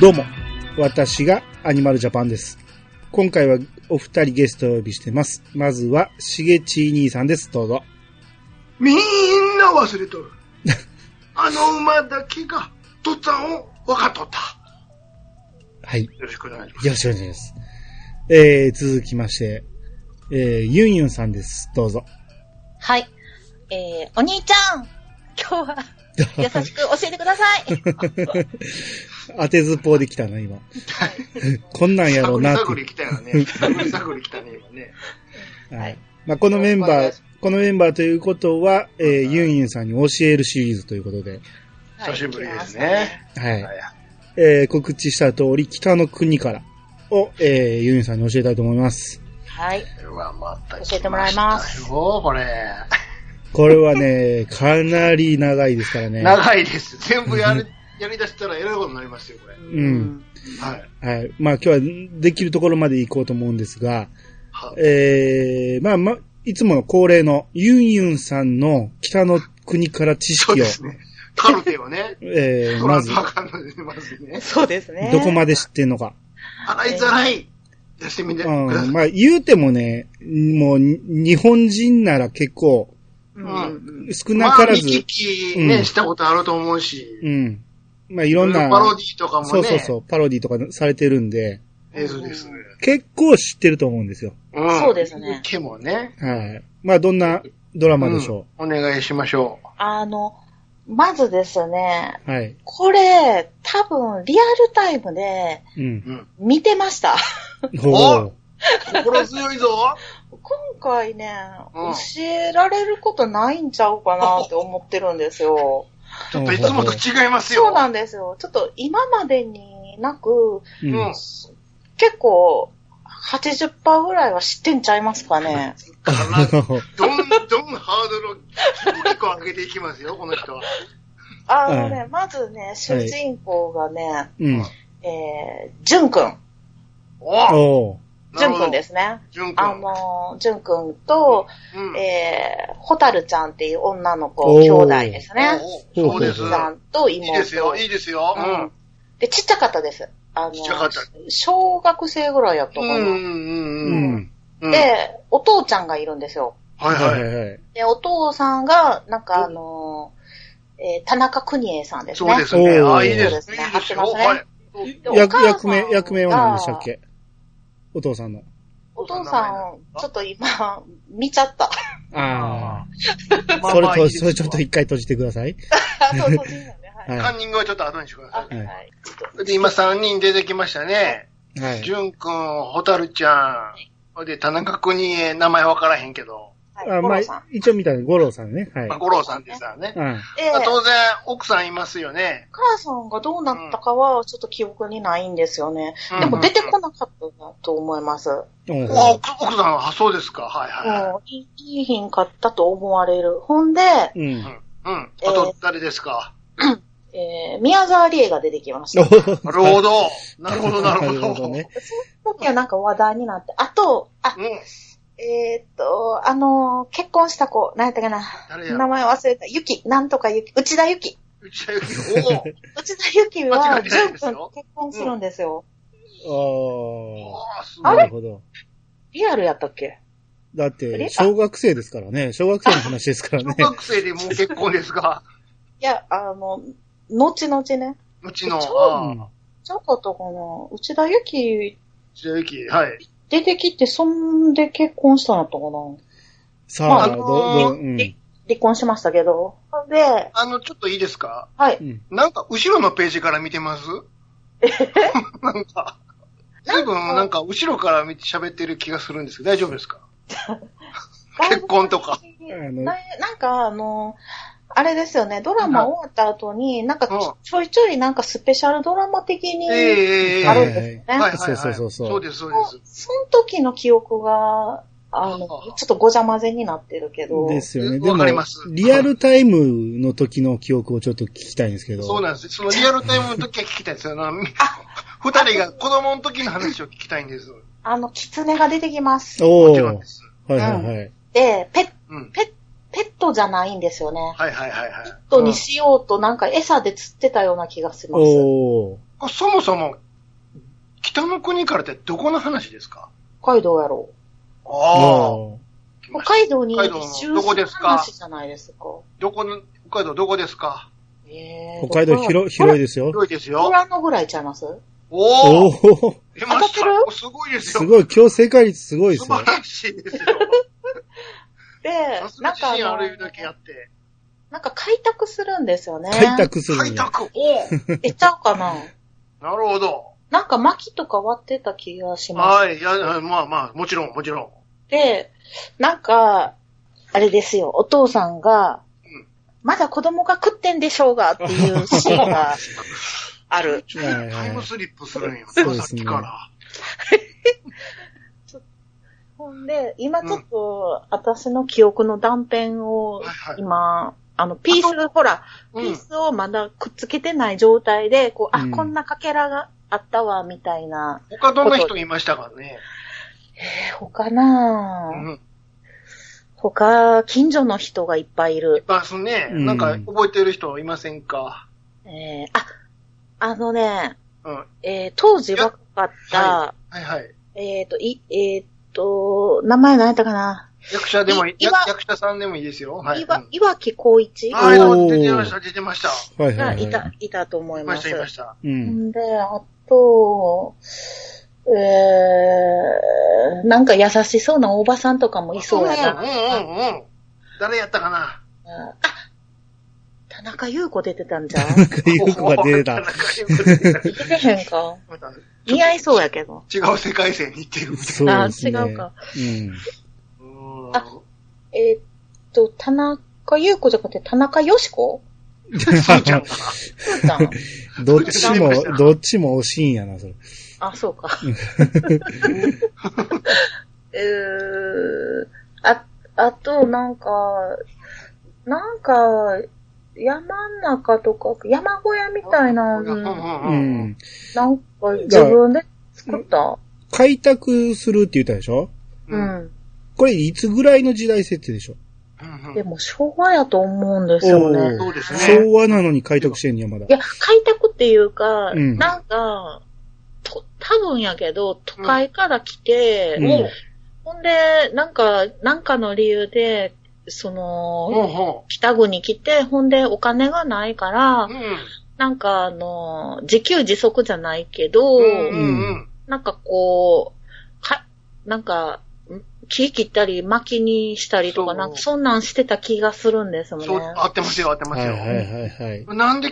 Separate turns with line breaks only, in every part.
どうも、私がアニマルジャパンです。今回はお二人ゲストをお呼びしてます。まずは、しげちい兄さんです。どうぞ。
みんな忘れとる。 あの馬だけが、とっつぁんを分かっとった。
はい。よ
よろしくお願いします。
ろしくお願いします。えー、続きまして、えー、ユンユンさんです。どうぞ。
はい。えー、お兄ちゃん今日 は優しく教えてください
当てずっぽうできたな、今。 こんなんやろうなっ
探
てい
り探り来たよ ね。探り探り来たね、今ね。
う。はい。まあ、このメンバー、このメンバーということは、えー、ユンユンさんに教えるシリーズということで、
はい
久しぶりですね。
はい。
はい
えー告知した通り、北の国からを、えー、ユンユンさんに教えたいと思います。
はい。
これはまた
教えてもらいま
来
す
したよ、これ。
これはね、かなり長いですからね。
長いです。全部やる、やり出したらえらいことになりますよ、これ。
うん。
はい。
はい。まあ今日はできるところまで行こうと思うんですが、
は
えー、まあまあ、いつもの恒例のユンユンさんの北の国から知
そう
識を
で、すね。カルテをね、
えー、
取
ま
らん
ず
と、あかんので、まずね。
そうですね
どこまで知ってんのか。
洗いざらい、出してみてくだ
う
さい
ん。。まあ言うてもね、もう日本人なら結構
うん
うん
うん
少なからず、
まあ、見聞きね、
うん
したことあると思うし、
うん。まあいろんな、
パロディとかもね、
そうそうそう、パロディとかされてるんで、
ですです。
結構知ってると思うんですよ。
うん
そうですね
けもね、
はい。まあ、どんなドラマでしょ
うんお願いしましょ
あの、まずですね、
う。はい。
これ、多分、リアルタイムで
う
う。
ん。
うん。
見てました。
ほう。
心強いぞ。
今回ね、
うん
教えられることないんちゃうかなって思ってるんですよ。
ちょっといつもと違いますよ。
そうなん ですよ。ちょっと今までになく、
うん
うん
結構、80%ぐらいは知ってんちゃいますかね。
から
ほう
どんどんハードルを大きく上げていきますよ、この人は。
あのね、
は
まずね、主人公がね、
うん。
えー、じゅんくん。
お。
おう。
じゅんくんですすね。
ジュン
あ
君。
のー、じゅんくんと、
うん
えー、ほたるちゃんっていう女の
お
子、
ー
兄弟ですね。
おそうです。
ほう
さんと
い
妹。
いですよ、いいですよ。う
うん
ん。
で、ちっちゃかったです。あのー
ちっちゃかった
小学生ぐらいやった
う
か
ん
な。
う
うんうん
ん。
うん。
で、お父ちゃんがいるんですよ。
はい
は
はいい。
はいはい。
で、お父さんが、なんかあのー、えー田中邦衛さんですね。
そうですね。
おー
あ、いいです
そう
ね。
ですね
いいですよ。
合ってますね
はい。
でお
役、
母さん
役名、役名は何でしたっけお父さんの。
お父さん、ちょっと今、 見ちゃった。
ああ。
まあ
それ
まあいい
と、
です
それちょっと一回閉じてください。
あ、そうそう、そうなんだねはい。
カ
は
ンニングはちょっと後にしてくだ
あ
さ
はいい。
い。で、今3人出てきましたね。
い。はい。
ジュンくん、ホタルちゃん、ほいで、田中くにえ、名前わからへんけど、
は
あ
い。五
まあ
郎さん。、
一応見たね。五郎さんね。はい
まあ、。五郎さんですからね。
うん。
で、
まあ、
お
当然、奥さんいますよね。
母さんがどうなったかは、ちょっと記憶にないんですよね。
うん
でも出てこなかったなと思います。うん。
おう
あ奥奥さんは、あそうですか。はいはい
いい品買ったと思われる。ほんで、
うん
い。うん。うん。あ
えー
と、誰ですか。
えー、宮沢りえが出てきました。
なるほど。 なるほど、なるほど。
ね。
時はなんか話題になって。あと、あ
う、ん。
えーっと、あのー結婚した子、何やったかな。
誰や
名前忘れた。ゆき、なんとかゆき、内田ゆき。
うちはゆき。おー
内田ゆき
間違
は、
い
ジ
ない
ュン
で
君
すよ
と結婚するんですよ。
お
おーす
あ
ごい。
なるほど。
リアルやったっけ
だって、小学生ですからね。小学生の話ですから ね
小。学生でもう結婚ですが、
いや、あの、後々ね。
う ちの、
ちょ
あ
うん
ー
ちゃうかったかな内田ゆき
うちはゆき、はい。
出てきて、そんで結婚したんやったかな
さあ、
あ
ど
のー
どう、うん。
え離婚しましたけど。で、
あの、ちょっといいですか
はい。
うん
なんか、後ろのページから見てます なんか、随分なんか、後ろから見て喋ってる気がするんですけど、大丈夫ですか結婚とか。
あの
ななんか、あの、あれですよね、ドラマ終わった後に、なんか
うん
ちょいちょいなんかスペシャルドラマ的に
ええ
あ
ええええ
あ
る
れ
んですよね。
はいはいはい。
そうそうそうそう
そうです、そうです。
その時の記憶が、あの、ちょっとごちゃ混ぜになってるけど。
ですよね。
わかります
リアルタイムの時の記憶をちょっと聞きたいんですけど。
そうなんです。そのリアルタイムの時は聞きたいんですよ。あの二人が子供の時の話を聞きたいんです。も
あの、狐が出てきます。
おお
ち
ー
ろん
は
です。
いはいはい。
で、ペッ、
うん。
ペットじゃないんですよね。
はいはいはいはい。
ペットにしようとなんか餌で釣ってたような気がします。
おお
これそもそも、北の国からってどこの話ですか
北海道やろ
ああ。
ー
来
う。
ました
北海道に移
北海道
住
の
す
どこで
る
すか
話じゃないですか。
どこの、北海道どこですか
えー
北海道広広い
い。
ですよ。
広いですよ
ご。覧のぐらいちゃいます
お
お
お
お
出ました
当たって
すごいですよ。
すごい、今日正解率すごいで
素
すよ
晴。らしいですよ。
で
さす、が
なん
自
かあ
信あ
の、
るだけあって。
なんか開拓するんですよね。
開拓するの
開
に。
拓おお
えちゃうかな
なるほど。
なんか薪とか割ってた気がします。
はい。いや、まあまあ、もちろん、もちろん。
で、なんか、あれですよ、お父さんが
うん、
まだ子供が食ってんでしょうがって いうシーンがある。
はい
タイム
は
スリップするんや。
そうですね
さっきから。
ほんで、今ちょっと、私の記憶の断片を
はいはい、
今、あの、ピース、ほら、ピ
うん
ー。スをまだくっつけてない状態で、こう、
う
あ、
ん
こんなかけらがあったわ、みたいな。
他どんな人いましたかね。
え、他な
う
ぁ。
ん。
他、近所の人がいっぱいいる。
バスね。
うん
なんか、覚えてる人いませんか
えーあ、あのね、
うん。
えー当時若かった、
はいはい。
えっ、と、い、えっ、と、名前何やったかな、
役者でもいい、
いい
や
わ
役者さんでもいいですよ。はい。
いうわ
ん、
岩木光一が
はい、
おー
出てました、出てました。
い。はいはいいは
た、いたと思い
いま
ま
した、
す
い。ました。
い。うん。
んで、あと、えー、なんか優しそうなおばさんとかもいそうや
う
な。
んうんうんうん。誰やったかな
あ、田中優子出てたんじゃん
っていう子が出 てた。
出てへんか。似合いそうやけど。
違う世界線に行ってるみたい
そうですね。
あ違うか。
うん。
う
あ
ーん。
えーっと、田中優子じゃなくて田中よしこ
そうちゃんか。
そうちゃん。
どっ ちも、どっちも惜しいんやな、それ。
あ、そうか。 えー、あ、あと、なんか、なんか、山ん中とか、山小屋みたいな、
うんうん
う
うんうん。
ん。
なんか自分で作った。
開拓するって言ったでしょ
う
う
ん
ん。
これいつぐらいの時代設定でしょ
うん
でも昭和やと思うんですよ
おー
ね。
そうですね。
昭和なのに開拓してんねや、まだ
い。や、開拓っていうか、
うん
なんか、と、多分やけど、都会から来て、
うん
おう
ほんで、なんか、なんかの理由で、その、
ほうほ
北国来て、ほんでお金がないから
う。う、ん。
なんかあの、自給自足じゃないけど、
うんうんうん。
なんかこう、か、なんか、ん木切ったり、薪にしたりと
そ
か、
う
なんかそんなんしてた気がするんですもんね
そう、。合ってますよ、合って
は
ます
い
よ。
はいはいはい。
なんで、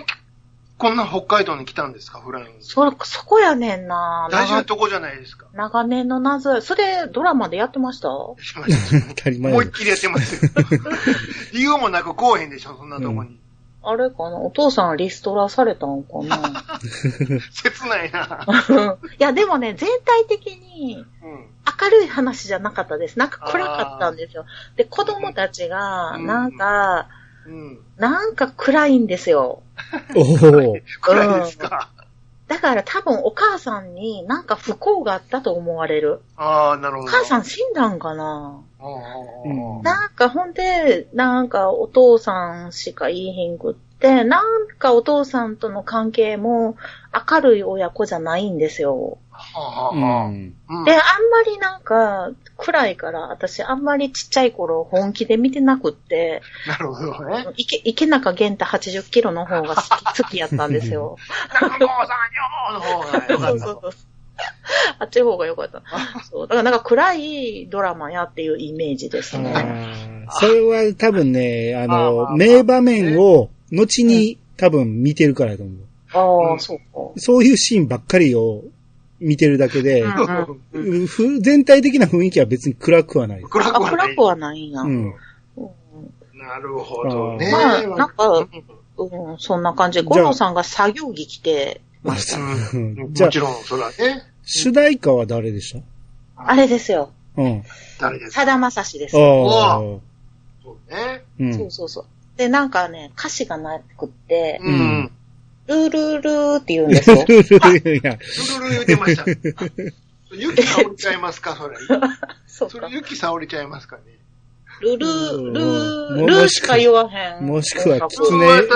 こんな北海道に来たんですか、フライング。
そ、そこやねんな
大事な
長
とこじゃないですか。
長年の謎。それ、ドラマでやってました
しました
当たり前や
思いっきりやって ますよ。理由もなくこうへんでしょ、そんなとこに。
あれかなお父さんリストラされたんかな
切ない な。
いや、でもね、全体的に、
うん。
明るい話じゃなかったです。なんか暗かったんですよ。で、子供たちが、
うん
なんか、
うん。
なんか暗いんですよ。
おー
暗いですか。
だから多分お母さんになんか不幸があったと思われる。
ああ、なるほ
お
ど。
母さん死んだんかな
うん。うん。
なんかほんで、なんかお父さんしか言いひんくって、なんかお父さんとの関係も明るい親子じゃないんですよ。
う
は
ん。
あ。
で、あんまりなんか暗いから私あんまりちっちゃい頃本気で見てなくって、
なるほどね。
池池中玄太80キロの方が好き好きやったんですよ。
中郷さんよーの方が
そ
良
う
か
そ
っ
うそう。あっちの方が良かった。そう。だからなんか暗いドラマやっていうイメージですね。
あーそれは多分ね、あ
まあまあま
の、
あ
名場面を後に多分見てるからだと思
ああ、
うん
そう
う。
か。
そういうシーンばっかりを見てるだけで、
そう
た。うん
うふ全体的な雰囲気は別に暗くはない。
暗
あ、
くはな
暗
い
く。はないんや。
う
うん
ん。
なるほどね。
まあ、な
う
んか、
ん
うん、そんな感
じ
じ。
ゃあ
五郎さんが作業着着て、
うん
じゃ
も
あ
ち、ろん、それはね。
主題歌は誰でした
あれですよ。
うん。
誰です
さだまさしです。そ
ああ。
そうね。
う。
うんそうそう。で、なんかね、歌詞がなくって、
ん
うん。
ルールールーって言うんですよ。
いや、
ルルル言うてました。ゆきさおりちゃいますか、それ。
そう
それ
か。
ゆきさおりちゃいますかね。
ルルー、
も
ルー、
う
ルーしか言わへん。
もしくは
音楽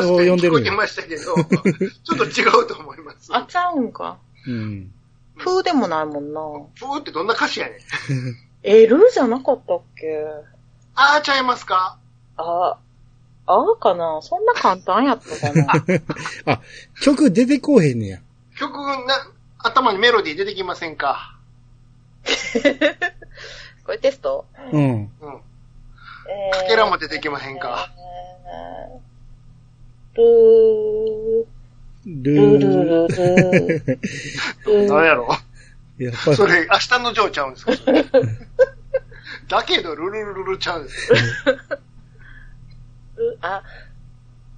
狐を呼んでるんや
僕は確かに聞こえてましたけど、ちょっと違うと思います。つ。
あちゃうんか。
うん。
風でもないもんな。
プーってどんな歌詞やねん。
え、ルーじゃなかったっけ
あーちゃいますか
あ、あーかなそんな簡単やったか な
曲出てこうへんねや。
曲な、頭にメロディー出てきませんか
これテスト
うん。
うん。
え
かけらも出てきまへんか。
ルー、
ル
ル
ー。
ルルルー。
何やろ
やっぱり
そ、れ、明日のジョーちゃう んですかそれだけど、ルルルルルちゃうんですよ。
ルあ、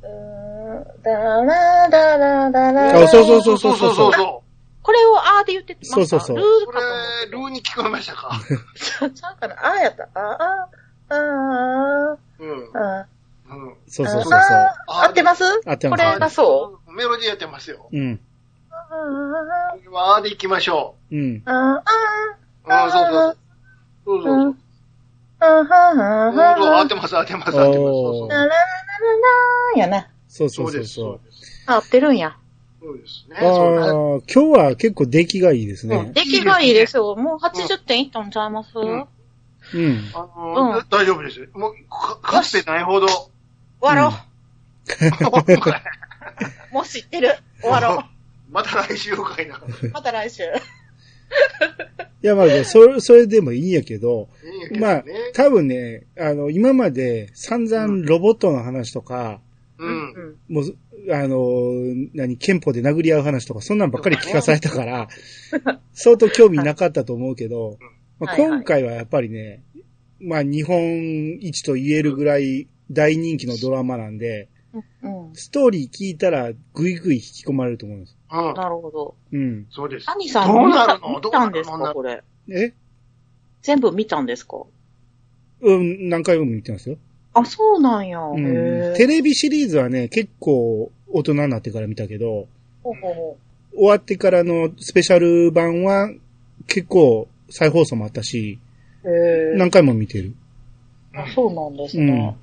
うーん、だらだらだら。
あそうそうそうそうそう
そうそう。
これをあーで言ってました。
そうそうそう
ルー
こ
か
れ
と思って、た
ルーに聞こえましたか
ちゃちゃうかなあーやった。あー、あ
うん
ー、あー、。あ
うん。
そう
ー、
そうそうそう。
あー合ってます
合ってます
これがそう
メロディーやってますよ。
うん。
あ
こ
ー
れはあーで行きましょ
うん。
あー、
う。うん、そうそうそう。そうそうそう。
あー、あ
うん、そう
ー、
合
あ
ってます、合ってます、合ってます。そうそう
おー
ララララやな。
そう
そ
そう
う
そ
で
う
す、そう
そ
です。
合ってるんや。
そうですね。
う。ああ
そうだね
ー、今日は結構出来がいいです
うん
ね。
出来がいいですよ。もう80点いったんちゃいます
ん
うん。
あのー
うん
大丈夫ですよ。もう、かかつてないほど。
終わろう。もう知ってる。 終わろ
また来週かいな。
う。また来週。
いや、まあ、それ、それでもいいんやけど、
いいんやけどね
まあ、多分ね、あの、今まで散々ロボットの話とか、
う
うん
ん。
うん。
もう、あの、何、憲法で殴り合う話とか、そんなんばっかり聞かされたから、相当興味なかったと思うけど、まあ、
はいはい
今回はやっぱりね、まあ、日本一と言えるぐらい大人気のドラマなんで、
うん。
ストーリー聞いたらぐいぐい引き込まれると思うんです。
うん。
なるほど。
うん。
そうです。
兄さん
どう
見
な
た
るの
見たんです
どうな
か
る
これ。
え
全部見たんですか
うん、何回も見てますよ。
あ、そうなんや。
う
へ
ん
ー。
テレビシリーズはね、結構大人になってから見たけど、
ほうほうほ
終わってからのスペシャル版は結構再放送もあったし、
うへー
何回も見てる。
あそうなんですね。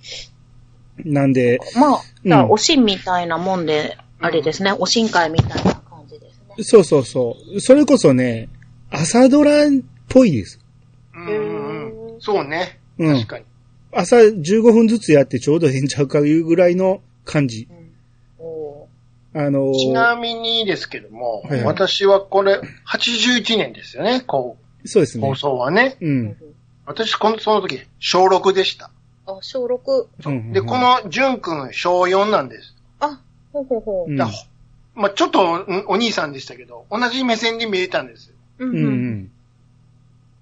なんで、
まあ、
うん
じゃあ、おしんみたいなもんで、あれですね、おしん会みたいな感じですね。
そうそうそう。それこそね、朝ドラっぽいです。
うんうんうん。そうね。
うん
確かに。
朝15分ずつやってちょうどええんちゃうかいうぐらいの感じ。
お
あのー
ちなみにですけども
はい、はい
私はこれ、81年ですよね、こ
そうです
う
ね
放。送はね。
う
ー
ん。
私、この、その時、小6でした。
あ、小6。
うん
で、こ、の、淳くん、小4なんです。
あ、ほうほうほ
うん
だまあちょっとお、お兄さんでしたけど、同じ目線で見えたんですよ。
う。う
うんう。ん。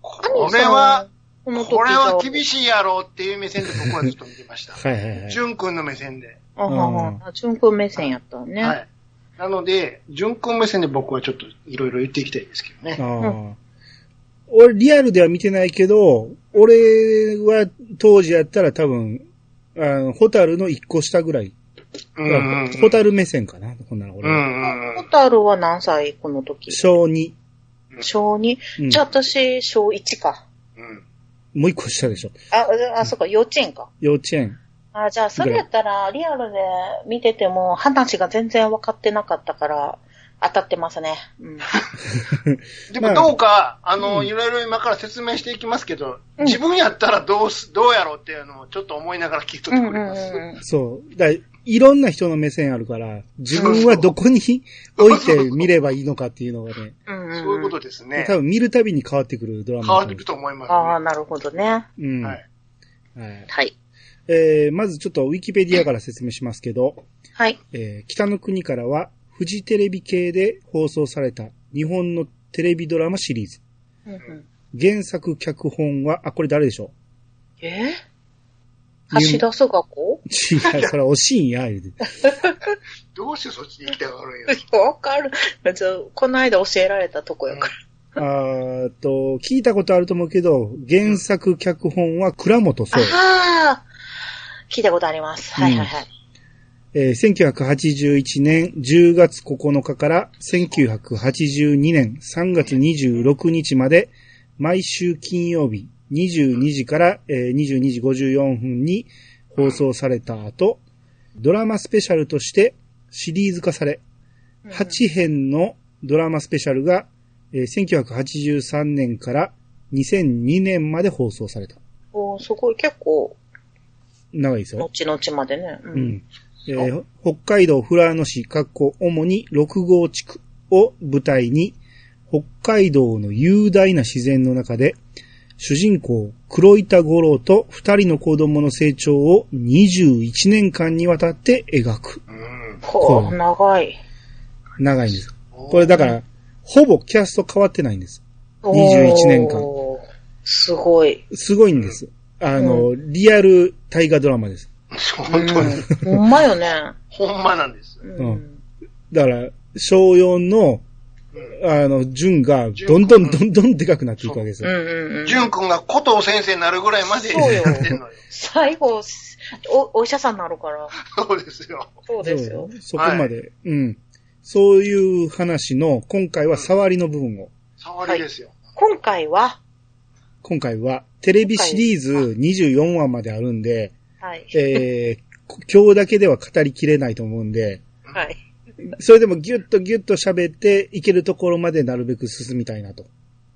これは、、
この時
これは厳
い。
しいやろうっていう目線で僕はずっと見てま した。
はいはいはい。
淳くんの目線で。
あははあ、チュン君目線やったのね。
はい。なので、淳君目線で僕はちょっといろいろ言っていきたいですけどね。
ああ。俺、リアルでは見てないけど、俺は当時やったら多分、あの、ホタルの一個下ぐらい。
うんうんうん。
ホタル目線かな、こんなの
う
俺。
んうんう
ホ
ん。
タルは何歳この時
小2。
小 2?
うん
じゃあ私、小1か。
うん
もう一個下でしょ。
あ、あ、そっか、幼稚園か。
幼稚園。
あ、じゃあ、それやったら、リアルで見てても、話が全然分かってなかったから、当たってますね。 うん。
でもどうか、あの、いろいろ今から説明していきますけど、
うん
自分やったらどうす、どうやろうっていうのをちょっと思いながら聞いとってくれます。
そう。だいろんな人の目線あるから、自分はどこに置いて見ればいいのかっていうのがね、
うんうん
そういうことですね。
多分見るたびに変わってくるドラマ
変
だ
わっていくと思います、ね。
ああ、なるほどね。
うん。
はい
はい
はい。
えーまずちょっとウィキペディアから説明しますけど、
はい。
えー北の国からは、フジテレビ系で放送された日本のテレビドラマシリーズ。
うんうん
原作脚本は、あ、これ誰でしょ
え橋田壽賀子
う違う、それ惜しいんや、言うて。
どうしてそっちに行きたがるんや。
わかる。ちょこの間教えられたとこやから。
あーっと、聞いたことあると思うけど、原作脚本は倉本壮。
ああ聞いたことあります。はいはいはい。
えー1981年10月9日から1982年3月26日まで、毎週金曜日22時から、えー22時54分に放送された後、ドラマスペシャルとしてシリーズ化され、 8編のドラマスペシャルが、えー1983年から2002年まで放送された。
おーすごい、結構、
長いですよ。
後々までね。う
う。ん。えー北海道富良野市、かっこ主に6号地区を舞台に、北海道の雄大な自然の中で、主人公、黒板五郎と二人の子供の成長を21年間にわたって描く。
うん。
こ
こう
う、長い。
長いんです。これだから、ほぼキャスト変わってないんです。21年間
おー。すごい。
すごいんです。あの、リアル大河ドラマです。
本当に。
うん。ほんまよね。
ほんまなんです。
う
う。だから、小4の、あの、順が、どんどんどんどんでかくなっていくわけです
うん
よ。
うんうん。
淳君が古藤先生になるぐらいまで
そうよ
やってんのよ。
最後、お、お医者さんになるから。
そうですよ。
そうですよ。
そうそこまで、うん。そういう話の、今回は触りの部分を。
触りですよ。
今回は、
今回は、テレビシリーズ24話まであるんで、
はい。
えー、 今日だけでは語りきれないと思うんで、
はい。
それでもギュッとギュッと喋って、いけるところまでなるべく進みたいなと。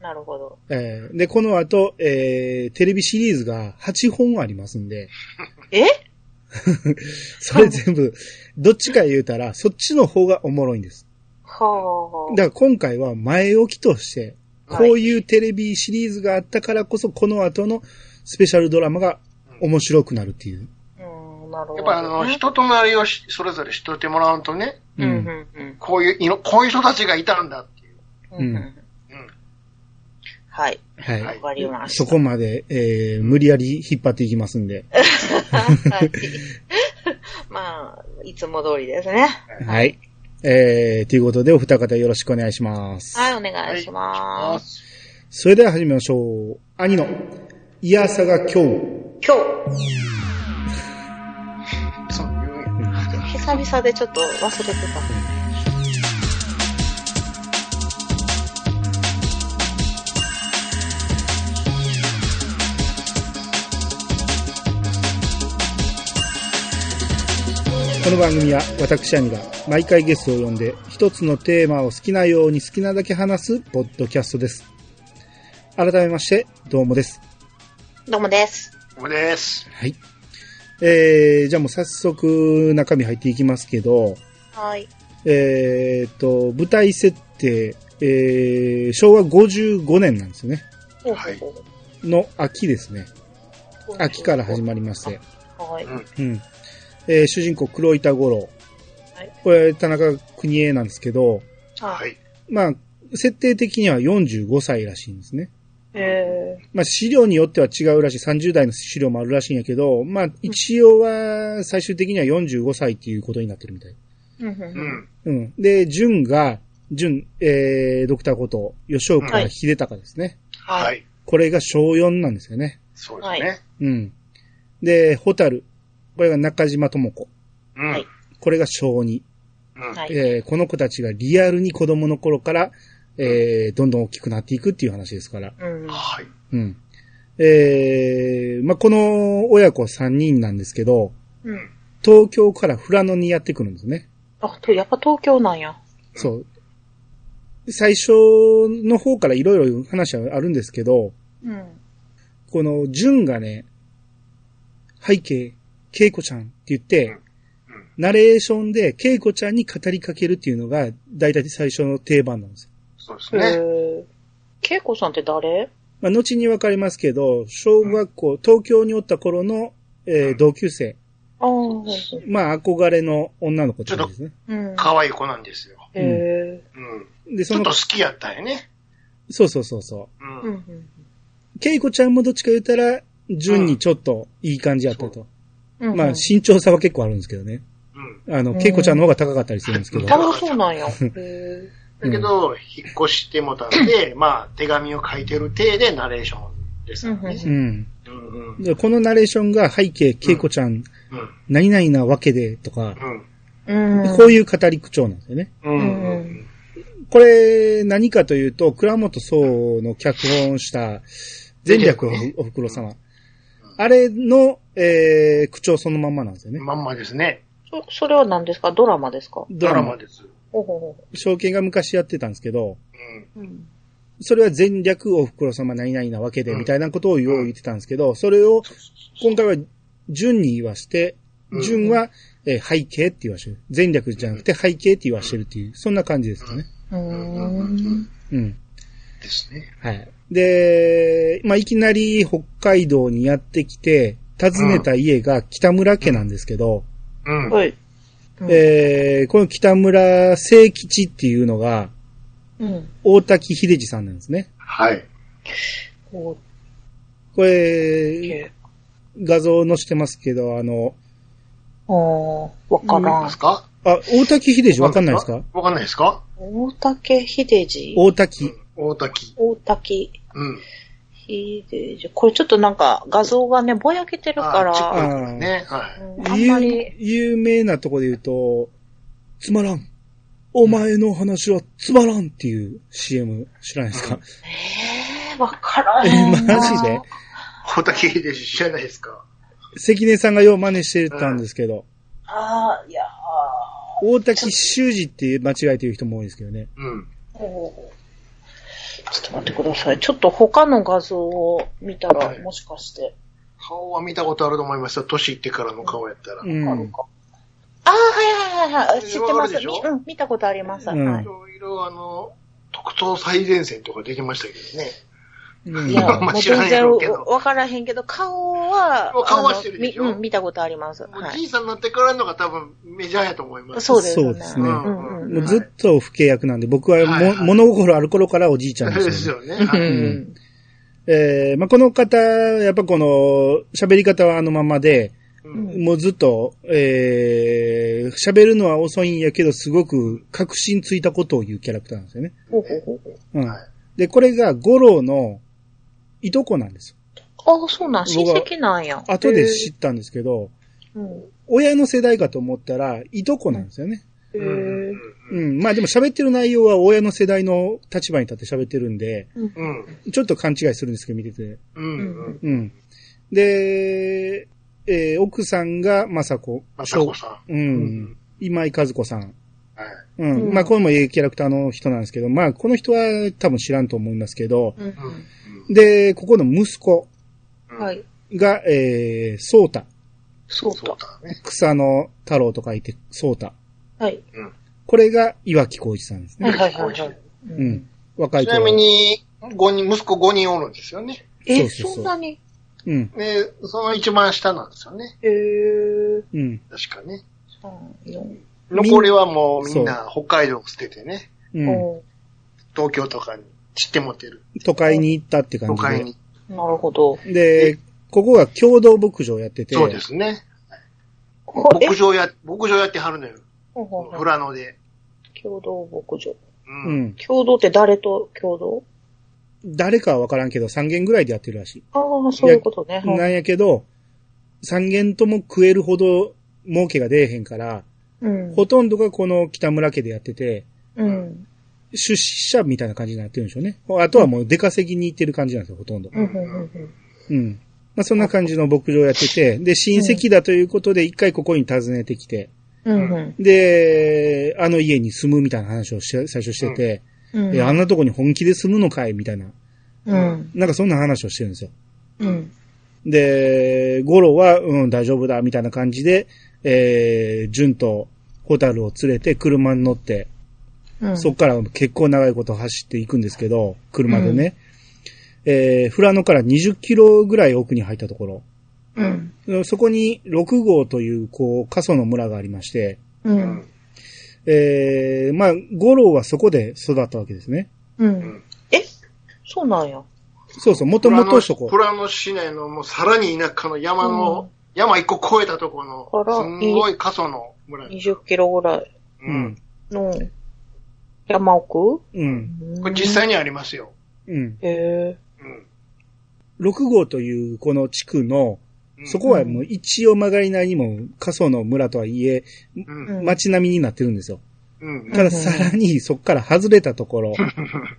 なるほど。
えーで、この後、えー、テレビシリーズが8本ありますんで、
え
それ全部、どっちか言うたら、そっちの方がおもろいんです。
はあ。
だから今回は前置きとして、こ
はいう
いうテレビシリーズがあったからこそ、この後のスペシャルドラマが面白くなるっていう。
うん、なるほど。
やっぱあの、人となりをしそれぞれ知っといてもらうとね、
うんうんうん
こういういの、こういう人たちがいたんだっていう。
うんうんうん。
うん。
はい。
はい。
は
わ
い
かりました。
そこまで、えー、無理やり引っ張っていきますんで。
はい。まあ、いつも通りですね。
はい。えー、ということで、お二方よろしくお願いします。
はい、お願いします。
それでは始めましょう。兄の、いやさが今日。
今
そう言うんや
日、久々でちょっと忘れて
この番組は私兄が毎回ゲストを呼んで一つのテーマを好きなように好きなだけ話すポッドキャストです。改めまして、どうもです。
た。どうもです。
ここです。
はい。えー、じゃあもう早速中身入っていきますけど、
はい。
えーっと、舞台設定、えー、昭和55年なんですよね。
い
の秋ですね。秋から始まりまして。
はい。
うん。えー、主人公黒板五郎。
はい
これ田中邦衛なんですけど、
は。
はいい。
まあ、設定的には45歳らしいんですね。
え
まあ、資料によっては違うらしい、30代の資料もあるらしいんやけど、まあ、一応は最終的には45歳っていうことになってるみたい。
ー。うんうん
う
うん
ん。
うん。で、淳が、淳、えー、ドクターこと、吉
は
岡
い
秀隆ですね。
は
はい。
い。
これが小4なんですよね。
そうですね。
うん。で、ホタル。これが中島智子。
うん
はい。
これが小2。
うん
はい
えー、この子たちがリアルに子供の頃から、えー、どんどん大きくなっていくっていう話ですから。
うん。
はい。
うん。えー、まあ、この親子3人なんですけど、
うん。
東京から富良野にやってくるんですね。
あ、とやっぱ東京なんや。
そう。最初の方からいろいろ話はあるんですけど、
うん。
この、純がね、背景、恵子ちゃんって言って、ナレーションで恵子ちゃんに語りかけるっていうのが、大体最初の定番なんですよ。
そうです
え
ね。
ー。恵子さんって誰
まあ、後にわかりますけど、小学校、東京におった頃の、えー同級生、
ああ。
まあ、憧れの女の子たちですね。
うん。
可愛い子なんですよ。
へえ。
うん。
で、
ち
そ
ょっ
の
と好、きやったんやね。。
そうそうそうそう
うんん。
う。ケイコちゃんもどっちか言ったら、順にちょっといい感じやったと。
うん。
まあ、身長差は結構あるんですけどね。
うん。
あの、
うん
ケイコちゃんの方が高かったりするんですけど。
ああ、そうな んや。へえ。
だけど、引っ越してもたんで、まあ、手紙を書いてる体でナレーションですからね。
うん。
うんうん。
で、このナレーションが背景、ケイコちゃん、
うん。
何々なわけで、とか、
うん。
こういう語り口調なんですよね。
うん。
うん
うん。
これ、何かというと、倉本総の脚本した、全略おふくろ様。あれの、えー、口調そのまんまなんですよね。
まんまですね。
そそれは何ですかドラマですか
ド
ド
ラ
ラ
マ
マ。です。
ほうほうほ
証券が昔やってたんですけど、
うん。
う。うん。
それは全略お袋様何々なわけで、
うん
みたいなことをよう言ってたんですけど、それを今回は順に言わして、
うん
順は、えー背景って言わしてる。全略じゃなくて背景って言わしてるっていう、そんな感じですかね。
う
うんうんうん
ー。
うんん。
うん。
ですね。
はい。で、まあ、いきなり北海道にやってきて、訪ねた家が北村家なんですけど、
うん。
はい。
えーこの北村聖吉っていうのが、
うん。
大滝秀治さんなんですね。
はい。
こ
こ
う
れ、
け。
画像載してますけど、あの、
ああ、わか
わかり
ら
ま
ん
す。か
あ、大滝秀治わかんないですか
わかんないですか
大竹秀治
大滝。
大滝。
大竹
うん。
秀治。これちょっとなんか画像がね、ぼやけてるか
あチップ
ら、
だからね。はい。
うんあん
有
まり、
有名なとこで言うと、つまらん。お前の話はつまらんっていう CM 知らないですか、
えー、わから
え
へんな。
マジで
大滝秀治知らないですか
関根さんがよう真似してたんですけど、
ああ、いや
大滝修二って間違えてる人も多いですけどね。
うん。
ーおーちょっと待ってください。ちょっと他の画像を見た
は
ら、
い
もしかして、
顔は見たことあると思いますよ。年いってからの顔やったら。
う
あ
ん
る。か。ああ、はいはいはいはい。知って
わか
ま
る
す。
でしょ
みうん、見たことあります。
うん
はい
い。ろいろあの、特等最前線とかできましたけどね。
うん
いや、
まあ
もう
知らん
全
や
然
ろうけど
わからへんけど、顔は、
顔はしてるでしょ
あのみうん、見たことあります。
もう
は
じ
い。
いさんになってからのが多分メジャーやと思います。
そうですね。
そうですね
うんうん
もうずっと不契約なんで、僕はも、
はいはい
物心ある頃からおじいちゃん
そう
で
ですす
よ、ね。
よね。
う
はい
ん。
えーまあ、この方、やっぱこの、喋り方はあのままで、
うん
もうずっと、えー喋るのは遅いんやけど、すごく確信ついたことを言うキャラクターなんですよね。
ほうほうほうほう
うん
はい
で、これが五郎のいとこなんですよ。
ああ、そうなん、親戚なんや。
後で
し
知ったんですけど、
うん。
親の世代かと思ったら、いとこなんですよね。
へー
うん。まあでも喋ってる内容は親の世代の立場に立って喋ってるんで、
うん。
ちょっと勘違いするんですけど、見てて。
うん。うん。
うん。で、えー奥さんが雅子。
まさこさん。
う。。
うん
今井和子さん。
はい。
うん。
うん
まあ、これもええキャラクターの人なんですけど、まあ、この人は多分知らんと思いますけど、
うん
うん
で、ここの息子
うん。
は。い。
が、えー、ソータ。
そう
そ
か
う。だね。
草の太郎と書いて、ソータ。
はい。
これが岩木浩一さんです
は
ね。
いはいはいはい。
う。ん。若い
ち
頃
なみに、五人、息子5人おるんですよね。
そう
え、
そうそう
そんなに
うん。
で、その一番下なんですよね。
へぇ
うん。
確かね。
ー。
残りはもうみんな北海道を捨ててね、
うん。
お
東京とかに散って持ってる。
都会に行ったって感
都会
じ
に。
ーなるほど。
で。で、ここが共同牧場やってて、
そうですね。
こえ
牧場や、牧場やってはるのよ。
ほうほうほう
富良野で。
共同牧場。
う。
うんん。
共同って誰と共同
誰かはわからんけど、3軒ぐらいでやってるらしい。
ああ、そういうことね。
なん
い。
やけど、3軒とも食えるほど儲けが出えへんから、
うん。
ほとんどがこの北村家でやってて、
うん。
出資者みたいな感じになってるんでしょうね。あとはもう出稼ぎに行ってる感じなんですよ、ほとんど。
うんうんうんうん。
うん。まあそんな感じの牧場やってて、で、親戚だということで一回ここに訪ねてきて、
うん
で、あの家に住むみたいな話をし最初してて、
うん。
えあんなとこに本気で住むのかいみたいな、
うん。
なんかそんな話をしてるんですよ。
うん。
で、ゴロは、うん、大丈夫だ、みたいな感じで、えー、ジュンとホタルを連れて車に乗って、
うん。
そっから結構長いこと走っていくんですけど、車でね。えー、富良野から20キロぐらい奥に入ったとこ
うん。
ろ。そこに6号という、こう、過疎の村がありまして、
う。
うんん。
えー、まあ、ゴロはそこで育ったわけですね。
うん。えそうなんや。
そうそう、もと
富良
もと
野
そこ。
富良野市内のもうさらに田舎の山の、山一個越えたとこの、
から
すんごい過疎の村です。
20キロぐらいう
うん
ん。。
の山奥
うん。
これ実際にありますよ。
うん。
へえ。
うん。
6号という、この地区の、
うん
そこはもう一応曲がりなりにも、過疎の村とはいえ、
うん。
街並みになってるんですよ。
うん。
たださらにそこから外れたところ、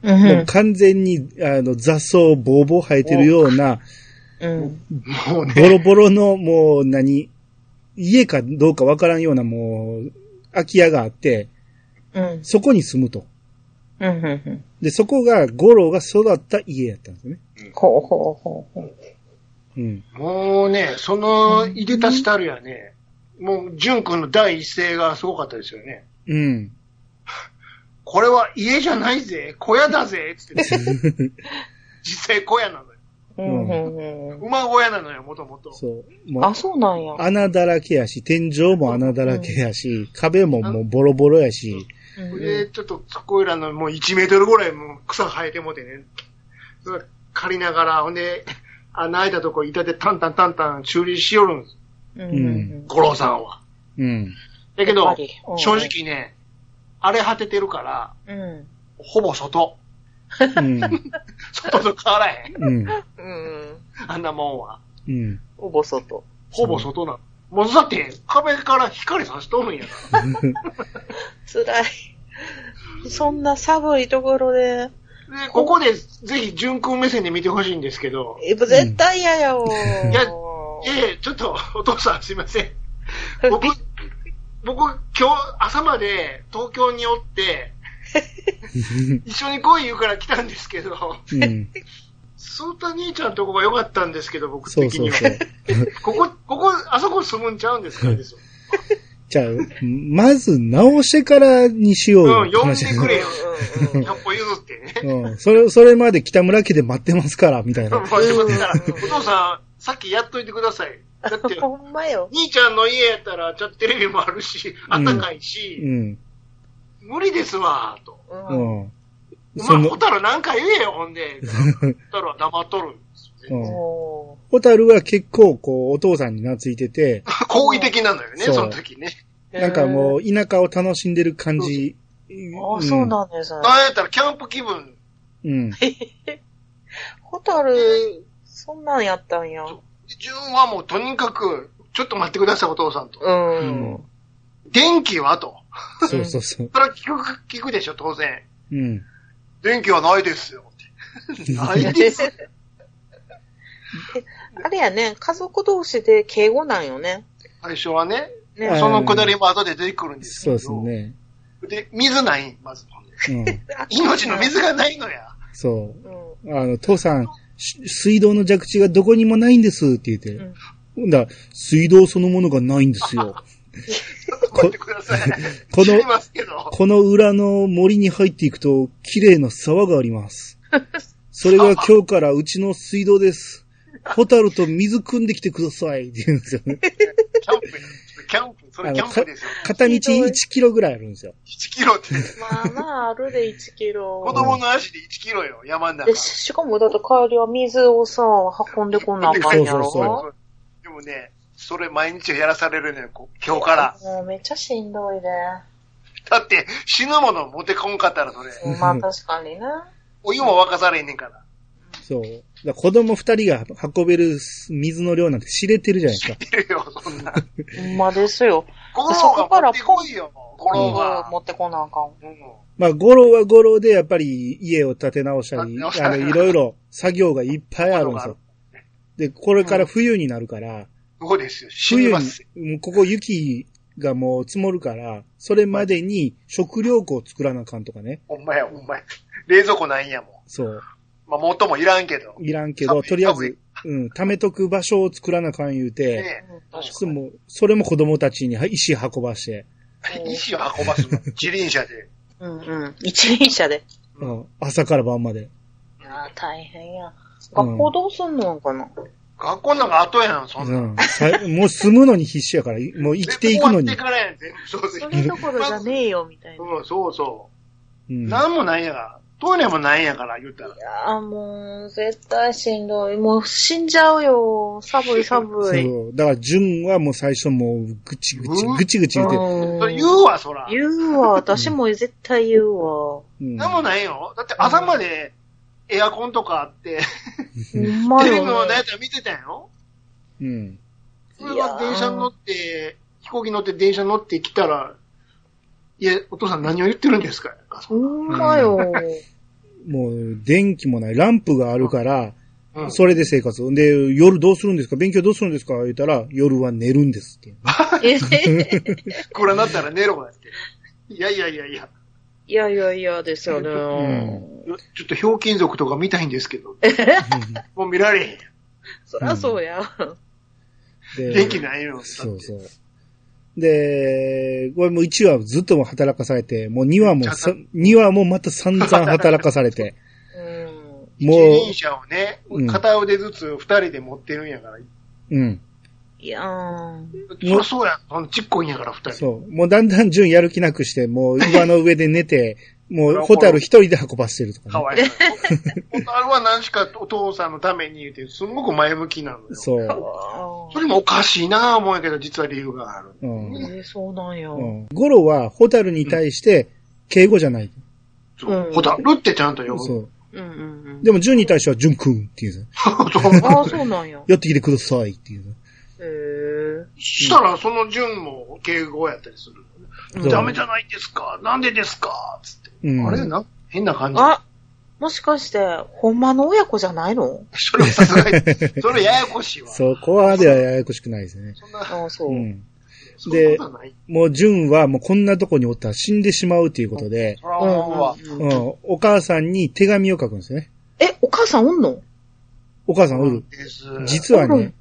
う。
もうん完全にあの雑草ボーボー生えてるような、
うん。
もう
ボ
ね、
ロボロのもう何、家かどうかわからんようなもう空き家があって、
うん。
そこに住むと。
うん、うん、うん。
で、そこが、五郎が育った家やったんですね。
ほうほうほうほう。
うん。
もうね、その、いでたちたるやね、もう、淳君の第一声がすごかったですよね。
うん。
これは家じゃないぜ、小屋だぜ、つって。 実際小屋なのよ。
うん、うん、うん。
馬小屋なのよ、もともと。
そう。もう
あ、そうなんや。
穴だらけやし、天井も穴だらけやし、壁ももうボロボロやし、
うん
で、ちょっと、そこいらのもう1メートルぐらいもう草生えてもうてね。それ借りながら、ほんで、穴開いたとこ板でタンタンタンタン修理しよるんです。
うん、
五郎さんは。
うん。
だけ
やっ
ど
ぱりう、ん
正直ね、荒れ果ててるから、
うん。
ほぼ外。
うん。
外と変わらへん。
うん。
うん。
あんなもんは。
うん。
おぼそと。
ほぼ外なの。もうだって、壁から光さしとるんやか
辛い。そんな寒いところ で、
ら。で、ここで、ぜひ、純君目線で見てほしいんですけど、
え絶対嫌やお。
ん
いやいやいや、ちょっと、お父さんすいませ ん。僕、僕、今日、朝まで東京におって、一緒に来い言うから来たんですけど、
うん。
スータ兄ちゃんのとこが良かったんですけど、僕
そう
的
そ
に
う
は。
そう。
ここ、ここ、あそこ住むんちゃうんですかですよ。
じゃあ、まず直してからにしようよ。
うん呼んでくれよ
うんうん
100歩譲ってね。
うん。それ、それまで北村家で待ってますから、みたい
もう
な。
仕事したら、お父さん、さっきやっといてください。だって、
ほんまよ。
兄ちゃんの家やったら、ちょっとテレビもあるし、
うん
暖かいうし、
ん。
無理ですわ、と。
う
うん。
ん。
ま
そ
あ、
の
ホ、タルなんか言えよ、ほ んで。ホタルは黙っとるんですよ
う
ね。
ん。
お
ホタルは結構、こう、お父さんに懐いてて、
好意的なのよね、
そう
その時ね。
ー
なんかもう、田舎を楽しんでる感じ。
あ、そうなんですね。
なんやったらキャンプ気分、
うん。
ホタル、そんなんやったんや。
順はもうとにかく、ちょっと待ってください、お父さんと。
うん。
電気はと。
そうそうそう。
それは聞く、聞くでしょ、当然。
うん。
電気はないですよ。ないです。
あれやね、家族同士で敬語なんよね。
最初はね。
ね
はい
そのくだりも後で出てくるんですけ
そう
ど。
です。ね。
で、水ない、まず。
うん。
命の水がないのや。
そうう。あの、父さん、し水道の蛇口がどこにもないんですって言ってる。ほんだら水道そのものがないんですよ。
待ってください。
この
知りますけど。
この裏の森に入っていくと、綺麗な沢があり ます。それが今日からうちの水道です。ホタルと水汲んできてくださいって言うんですよ ね。
キャンプ、キャンプ、それキャンプですよ。
片道1キロぐらいあるんですよ。
1キロって。
ん。まあまあ、あるで1キロ。
子供の足で1キロよ、山の中
で。ししかも、だって帰りは水をさ、運んでこんなあかんやろ。
そうそうそ
でもね、それ毎日やらされるのよ、こう今日から。
もうめっちゃしんどいで。
だって、死ぬもの持ってこんかったらそれ、
まあ確かにね。
お湯も沸かされへんねんから。
そう。だから子供2人が運べる水の量なんて知れてるじゃないですか。
いるよ、そんな。
ほんまですよ。
ゴロ
そこか
が持
ら
ってこいよ、ゴロ
今
が
後。持ってこなあかん。
うん
まあ、ゴロはゴロでやっぱり家を建て直したり、
建て
あ
直
の、
したり
いろいろ作業がいっぱいあるんです よ。で、これから冬になるから、
そうですよ、死に
冬
ます。
に、もうここ雪がもう積もるから、それまでに食料庫を作らなあかんとかね。
ほんまや、ほんまや。冷蔵庫ないんやも
そう。
ん。まあ、元もいらんけど。
いらんけど、
寒い
とりあえ
寒い
ず、うん、貯めとく場所を作らなあかん言うて、
ね確
そもうそれも子供たちにはい石運ばして、
うん
石を運ばすの。自輪車で。
うんうん。一輪車で。
うん朝から晩まで。
ああ、大変や。学校どうすんのかな、
学校なんか後やん、そん
う
な。
ん、さもう住むのに必死やから、いもう生きていくのに
全部終わって。からやん、全部。そう
それどころじゃねえよ、みたいな。
うん、そうそうう。
ん
なんもないんやから。トイレもないんやから、言うたら。
ああ、もう、絶対しんどい。もう、死んじゃうよ。寒い寒い。
そう。だから、純はもう最初もう、ぐちぐち
う、ん
ぐちぐち言って、
それ言
言
うわ、そら。
言うわ。私も絶対言うわ。
うん
なんもないよ。だって朝までエアコンとかあって、
ほんま
テレビ
よ、
のや
ね。
つ見てたんよ。
うん。
それが電車に乗って、飛行機乗って電車に乗って来たら、いや、お父さん何を言ってるんですか
ほんまよ。
もう、電気もない。ランプがあるから、
うん
それで生活。で、夜どうするんですか勉強どうするんですか言ったら、夜は 寝るんですって。
えへへ
これなったら寝ろだって。いやいやいやいや。
いやいやいやですよね。
ん
ちょっとひょうきん族とか見たいんですけど。もう見られへん。
そらそうや。
で
元気ないよ。
そうそう。で、これもう1話ずっとも働かされて、もう2話もさ、2話もまた散々働かされて、
うん。
も
も
う。 一輪車をね
うん、
片腕ずつ二人で持ってるんやから。
う、うん。
いやー
そりゃそうやん。そのちっこいんやから二人。
そう。もうだんだん順やる気なくして、もう岩の上で寝て、もうホタル一人で運ばせてると
か
かね。
わいい。本当あれは何しかお父さんのために言うて、すごく前向きなのよ。そ
そう。
れもおかしいなぁ思うんやけど、実は理由がある。
うん。う
えーそうなんや。
ん。ゴロはホタルに対して、敬語じゃない。
そう
うん
ホタルってちゃんと呼ぶ。
そ。
そう
うんうんうん。
でも、ジュンに対しては、ジュン君っていうね。
ああ、
う。
そうなんや。へ
寄ってきてくださいっていうね。
え。
したら、その順も敬語やったりする。
そう
ダメじゃないですかなんでですかつって。
うん。
あれな、変な感じ。
あ、もしかして、ほんまの親子じゃないの
それはさすがに、それややこしいわ。そ
そこはではややこしくないですね。
んな、
ああ、そうう。
ん。
そんなことはない。
もう、ジュンはもうこんなとこにおったら死んでしまうということで、
そら思うわ。
うん、お母さんに手紙を書くんですよね。
え、お母さんおんの
お母さんおる。
です。
実は
うん
ね、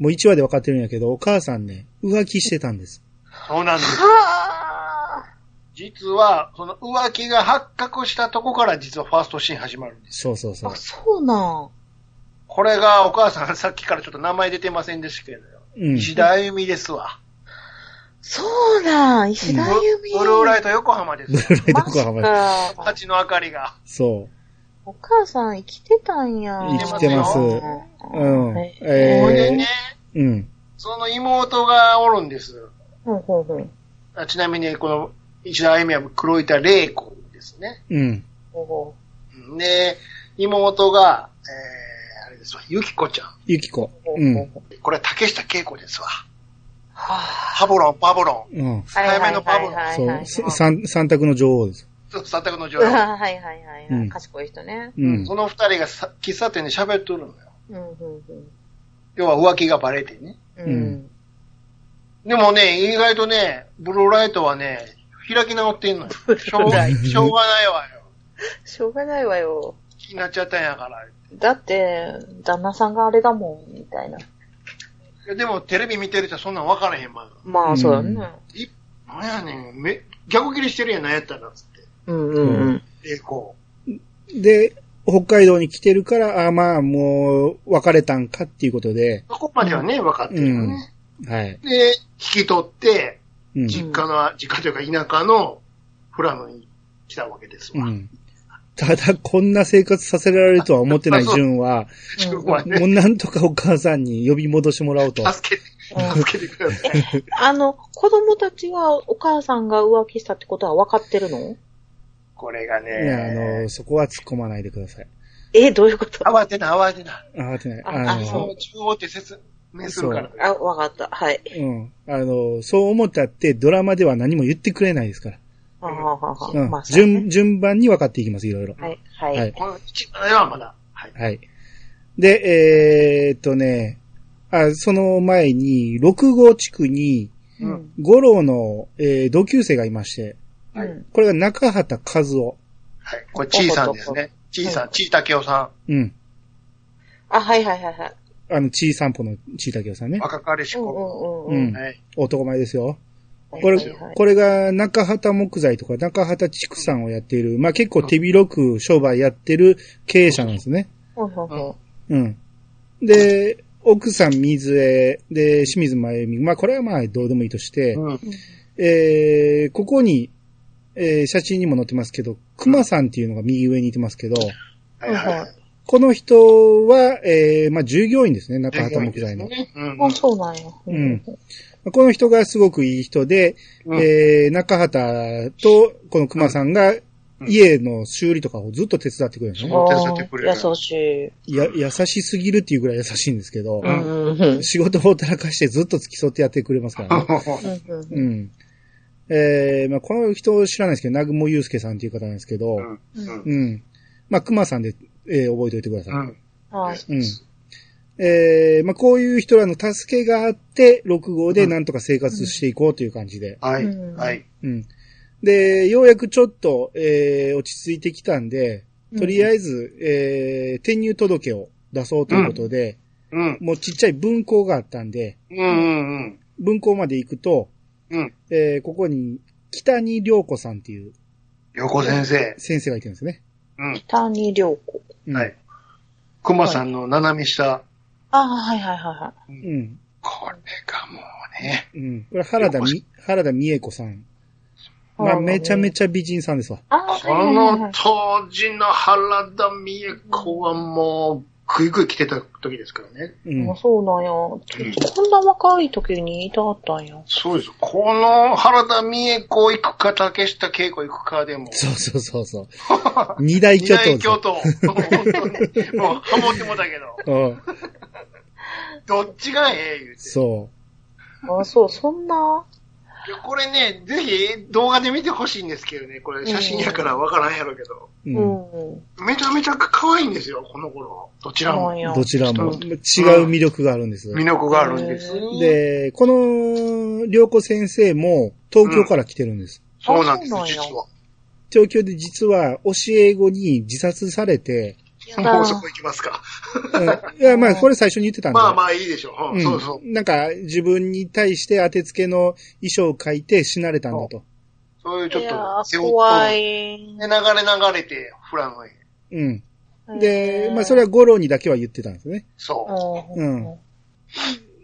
もう1話で分かってるんやけど、お母さんね、浮気してたんです。
そうなんです。
はあ。
実は、その浮気が発覚したとこから実はファーストシーン始まるんです。
そうそうそう
あ、。そうなん。
これがお母さん、さっきからちょっと名前出てませんでしたけど、
うん。
石田あゆみですわ。
そうなん。石田ゆみ。
ブルーライト横浜ですよ。
ブルーライト横浜
マジか
街の明かりが。
そ
お母さん生きてたんや。
生きてますうん
はい
えー
これでね、
う。うん。
その妹がおるんです。
ほうほうほう。
あちなみに、この、石田あゆみは黒板玲子ですね。
うん。
ほうほ
で、妹が、えー、あれですわ、ゆきこちゃん。
ゆきこ。
うほ
う
うほ
ん。
う。
これは竹下恵子ですわ。
は
パブロン、パブロン。
うん。
あ。
早めのパブロン。
はいはいはいは
そう。
い。
さ三、三択の女王です。
そう、三択の女
うわ
王。
はいはいは
うん
い。賢い人ね。
うん
そ。の二人がさ喫茶店で喋っとるのよ。
うんうんうん
要は浮気がバレてね。
うんん。
でもね、意外とね、ブルーライトはね、開き直ってんの よ。しょうがしょうがないわよ。
しょうがないわよ。
気になっちゃったんやから。い
だって、旦那さんがあれだもん、みたいな。
やでもテレビ見てる人はそんなん分からへん、まだ。
ま
うん
あ、そうだね。
いなんやねん、め逆切りしてるやん、なんやったら、つっ
うんうんうん。
て。えこ
で、北海道に来てるから、あーまあ、もう、別れたんかっていうことで、
う。そこまではね、分かってるよね。
はい。
で、引き取って、
うん。
実家の、実家というか田舎の富良野に来たわけです
う
わ。
ん。ただ、こんな生活させられるとは思ってない純は、
自分は
もう
ね、
なんとかお母さんに呼び戻してもらおうと。
助けて、
うん
助けてください。
あの、子供たちはお母さんが浮気したってことは分かってるの
これがね、
ねあの、そこは突っ込まないでください。
え、どういうこと
慌てな、慌てな。
慌てない。
あ
あ
あ
の
そう、、中央って説明するから。
あ、わかった。はい。
うん。あの、そう思ったってドラマでは何も言ってくれないですから。
あはははは
うん。
まあ、そうね
順、順番に分かっていきます、いろいろ。
はい、はい。
は
はいい、
この一番はまだ。はい。
はい。で、えーっとね、あ、その前に、六号地区に、
うん。
五郎の、えー同級生がいまして、
は
う
い
ん。
これが中畑和夫。
はい。これ、ちいさんですね。ちいさん、ちいたけおさ
うん。
あ、はいはいはいはい。
あの、ちい散歩のちいたけおさんね
ん、。若かりし
うんう
こ。
ん
う
うんうん
ん。
はい。
男前ですよ。
はい。
これ、
はいはい
これが中畑木材とか中畑畜産をやっている、まあ結構手広く商売やってる経営者なんですね。
うんうんうん
うん。で、奥さん水江、で、清水真由美。まあこれはまあどうでもいいとして、
うん。
えー、ここに、えー、写真にも載ってますけど、熊さんっていうのが右上にいてますけど、
はいはい。
この人は、えー、まあ従業員ですね、中畑木材の。
ね。うん。
あ、そうなんや。う
うん。この人がすごくいい人で、
うん
えー、中畑とこの熊さんが
ん
家の修理とかをずっと手伝ってくれるのね。
そう手伝ってくれる
あー優しい。
や、優しすぎるっていうぐらい優しいんですけど
う、んうんうん。
仕事をほったらかしてずっと付き添ってやってくれます からね。
うんうん
う。ん。えー、まあこの人を知らないですけど、南雲祐介さんっていう方なんですけど、
うん。うん。
うん。まあ、熊さんで、えー覚えておいてください。
うん。
はい。
うん。えー、まあ、こういう人らの助けがあって、6号でなんとか生活していこうという感じで。
はい。
うん
はい。
うん。で、ようやくちょっと、えー、落ち着いてきたんで、とりあえず、えー、転入届を出そうということで、
うん。
もうちっちゃい文庫があったんで、
うんうんうん。
文庫まで行くと、
うん。
えー、ここに、北に良子さんっていう
横先生。
先生がいてるんですね。
うん。
谷良子。
うん
はい。。熊さんの斜め下。
ああ、はいはいはいはい。
うん。
これがもうね。
うん。これ原田み、原田美恵子さん。まあ、
原田美
めちゃめちゃ美人さんですわ。
ああ、
こ
はいはいは
の
い。
当時の原田美恵子はもう、ぐいぐい来てた時ですからね。
うん
あ。そうなんや。こんな若い時にいたかったんや。
そうです。この原田美恵子行くか、竹下恵子行くかでも。
そうそうそうそう。 二大巨頭です
京
よ。
都。本当に。もう、ハモってもだけ ど。
うん。
どっちがええ言うて。
そ
あそう、そんな。
いやこれね、ぜひ動画で見てほしいんですけどね。これ写真やからわからんやろうけど。
う。
う
うん。
ん。
めちゃめちゃ可愛いんですよ、この頃。どちら
な
も
ん。や。
どちらも
う
違うん魅力があるんです。
魅力があるんです。
で、この、良子先生も東京から来てるんです。
そうなんです、
あそうなんや
実は。
東京で実は教え子に自殺され て、
うん
もうそこ行きますか。
うんいや、まあ、これ最初に言ってたんで。
まあまあいいでしょう。うん、そうそう。
ん。なんか、自分に対して当て付けの衣装を書いて死なれたんだと。
そういうちょっ
い
と
や
背
ー
負っと、
怖
で
い。
流れ流れて、フランへ。
うん。で、まあ、それは五郎にだけは言ってたんですね。
そう。
う
うん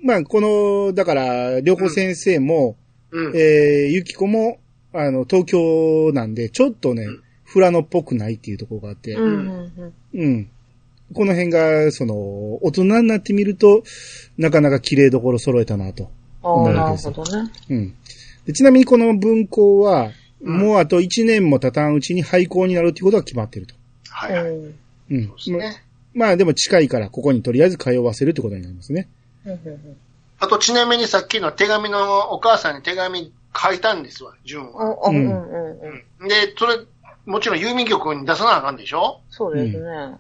まあ、この、だから、良子先生も、
うん。
えー、ゆきこも、あの、東京なんで、ちょっとね
うん、
富良野っぽくないっていうところがあって、
うんうん
うん。この辺が、その、大人になってみると、なかなか綺麗どころ揃えたなと。
うん。ああ、なるほどね。
うん。でちなみにこの文庫は、
うん
もうあと1年も経たんうちに廃校になるっていうことは決まってると。
はいはい。
うん。
うん。
そうですね。
まあでも近いからここにとりあえず通わせるってことになりますね。
うんうん
あと、ちなみにさっきの手紙のお母さんに手紙書いたんですわ、純
う
は。
ん。あうんうんうん。
うん。で、それ、もちろん郵便局に出さなあかんでしょ
そうですね。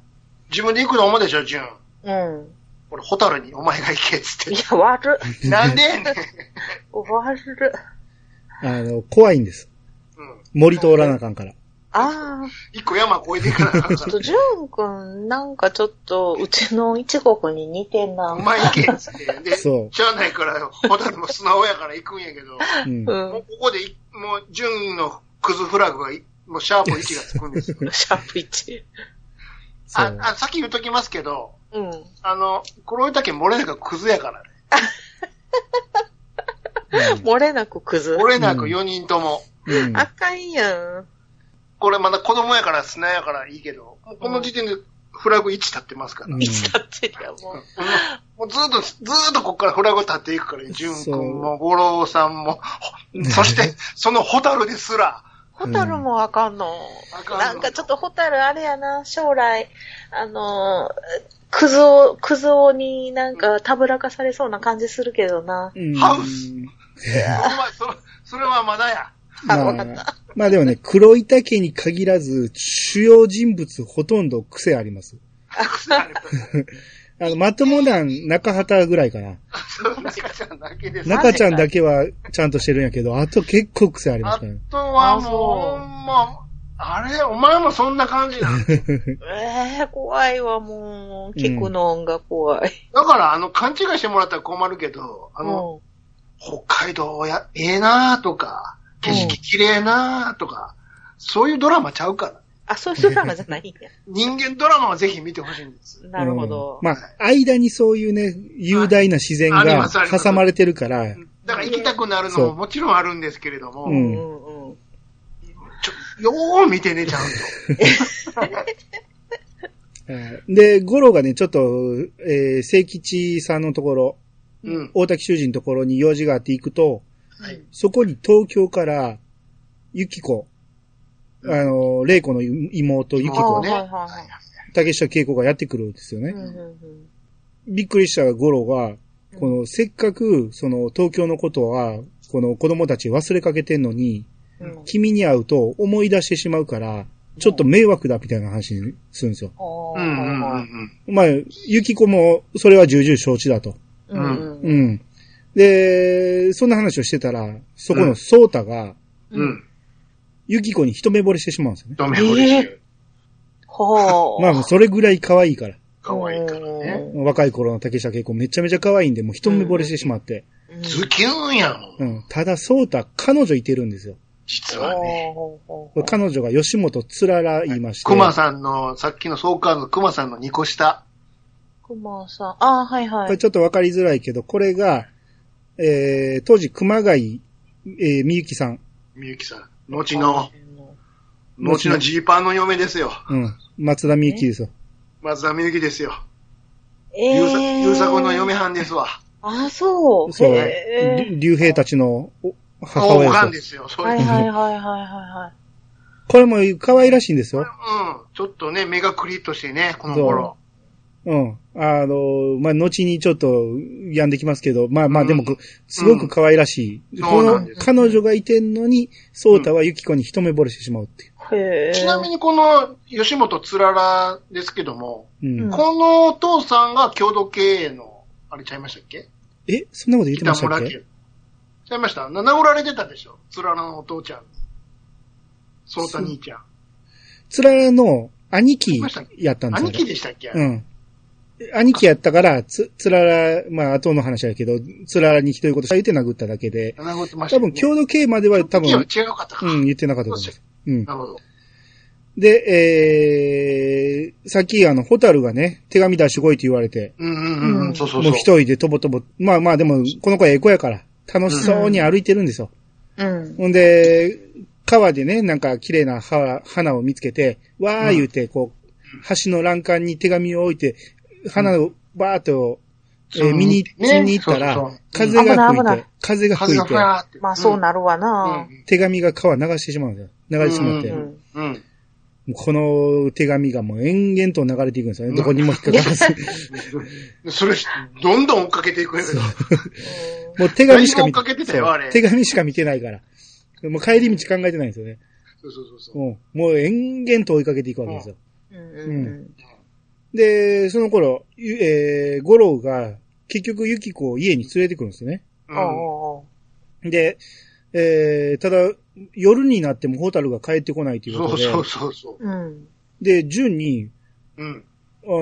自分で行くと思うでしょ、純。
うん。
俺、ホタルにお前が行けっつ
い
っ
や、悪い。
て。なんでやねん。
悪い。
あの、怖いんです。
うん。
森通らなあかんから。
ああ。
一個山越えていかなあかん
ち
か
ょ
ら
っと、ジュン君、なんかちょっと、うちの一国に似てんな。
お前行けっつって。で、し
そ
ゃあないから、ホタルも素直やから行くんやけど。
う。うん
う。。
もうんここでい、もう、順のクズフラグがい、もうシャープ1がつくんですよ。
シャープ1。
そ
あ
う、。
あ、さっき言っときますけど、
うん。
あの、黒い竹漏れなくクズやからね。
漏れなくクズ。
漏れなく4人とも。
うん。
あかんやん。
これまだ子供やから砂やからいいけど、もうこの時点でフラグ1立ってますから。
う
うんん
いつだってや、もう。
もうずーっと、ずーっとここからフラグ立っていくから、純く
そうん
も、五郎さんも、ほそして、そのホタルですら、
ホタルもあかんの。
あかんの
なんかちょっとホタルあれやな、将来、あのー、クズを、クズをになんかたぶらかされそうな感じするけどな。
うん
ハウスそれは、そそれはまだや。
ま
あわかっ
あ、まあでもね、黒板家に限らず、主要人物ほとんど癖あります。あの、まともなん中畑ぐらいかな。
そう中ちゃんだけです。
中ちゃんだけはちゃんとしてるんやけど、あと結構癖ありま
あ
すからね。
とは
あそう
もう、ほんま、あれ、お前もそんな感 じなの
ええー、怖いわ、もう。聞くのが怖い。
だから、あの、勘違いしてもらったら困るけど、あ
う
の、
ん。
北海道や、ええなーとか、景色綺麗なーとか、そういうドラマちゃうから。
あ、そういうドラマじゃないんや。
人間ドラマはぜひ見てほしいんです。
なるほど。
うんまあ、間にそういうね、雄大な自然
あありま
が
すあります
挟まれてるから、
だから行きたくなるの
そ
も
う
もちろんあるんですけれども、
うん
うんうん。
ちょよー見てね、ちゃんと。
えーで、ゴロがね、ちょっと、えー、聖吉さんのところ、
うん。
大滝修人のところに用事があって行くと、
はい
そこに東京から、ゆきこ、あの、玲子の妹、ゆき
結
こ
構
あ
ね
ーはいはいはい。
竹下恵子がやってくるんですよね。
うんうん
びっくりしたゴロが、この、せっかく、その、東京のことは、この子供たち忘れかけてんのに、
うんうん
君に会うと思い出してしまうから、ちょっと迷惑だみたいな話にするんですよ。
うんうんうんうん。
まあ、ゆきこも、それは重々承知だと。
うんうんう
うんん。で、そんな話をしてたら、そこのソータが、
うん。
ユキコに一目惚れしてしまうんですよね。
ダメ惚れしてる。
ほう。
まあ、それぐらい可愛いから。
可愛いからね。
若い頃の竹下恵子めちゃめちゃ可愛いんで、もう一目惚れしてしまって。
うん。
ズキューンやもん。
うん。ただ、ソータ、彼女いてるんですよ。
実はね。
ほうほ
こ
う
れ
ほう
彼女が吉本つらら言いまして。
熊さんの、さっきの総監の熊さんの2個下。
熊さん。ああ、はいは
これ
い。
ちょっとわかりづらいけど、これが、えー、当時熊谷、えー、みゆきさん。
みゆきさん。後の、後のジーパンの嫁ですよ。
うん。松田みゆきですよ。
松田みゆきですよ。
え
ゆうさ、
ー
ゆうさこの嫁はんですわ。
あ、そう。
そう。
へ
り竜兵たちのお母
おか
親
ん
で
です
よ。
すよ。そ
ー
う
はい
いう。
はいはいはいはいは
これも可愛らしいんですよ。
うん。ちょっとね、目がクリッとしてね、この頃。
うん。あの、まあ、後にちょっと病んできますけど、まあまあ
うん
でも、すごく可愛らしい。
そうなん
の
です
彼女がいてんのに、ソータはユキコに一目惚れしてしまうっていう。
い。へえ。
ちなみにこの吉本つららですけども、
うん。
うん
このお父さんが共同経営の、あれちゃいましたっけ
えそんなこと言ってま
北
した
村
っ
家。
け
ちゃいましたな名乗られてたでしょつららのお父ちゃん。そうた兄ちゃん。
つららの兄貴やったんですよ
兄。貴でしたっけ、
うん。兄貴やったから、つ、つらら、まあ、後の話やけど、つららにひどいことされて殴っただけで、
名乗ってました
多
よね、
分、郷土系までは多
いや
分、
違うかったか。
うん、言ってなかったと思います。うん
な。るほど。
で、えー、さっき、あの、ホタルがね、手紙出してこいって言われて、
うんうんうん。
うん
そうそう
も
そうう。
一人でとぼとぼ、まあまあ、でも、この子はええ子やから、楽しそうに歩いてるんですよ。
うん。
ほんで、川でね、なんか綺麗な花花を見つけて、わー言うて、こう、橋の欄干に手紙を置いて、花をバーっと、えー
そう
見に、
ね
見に行ったら、
そうそう
風が
危
吹
な
い
い危
て、風が吹
風
い
が
て
ふ、らーって。
まあ、そうなるわな。
手紙が川流してしまうんですよ。流れてしまって。
う
うんん。
うん。うん。
もうこの手紙がもう延々と流れていくんですよね。どこにも引っかから ず。
それ、どんどん追っかけていくんやけど。
もう手紙しか
だいぶ追っかけてたよ
そう
あれ
手紙しか見てないから。もう帰り道考えてないんですよね。
そうそうそうそう。
うんもう延々と追いかけていくわけですよ。
うん
うんで、その頃、ゆえー、ゴロが、結局、ユキコを家に連れてくるんですよね。
うん
おうおうおう
で、えー、ただ、夜になってもホタルが帰ってこないという
そ
こと
う
で、
そうそうそ
うん。
で、ジュンに、
う。うん。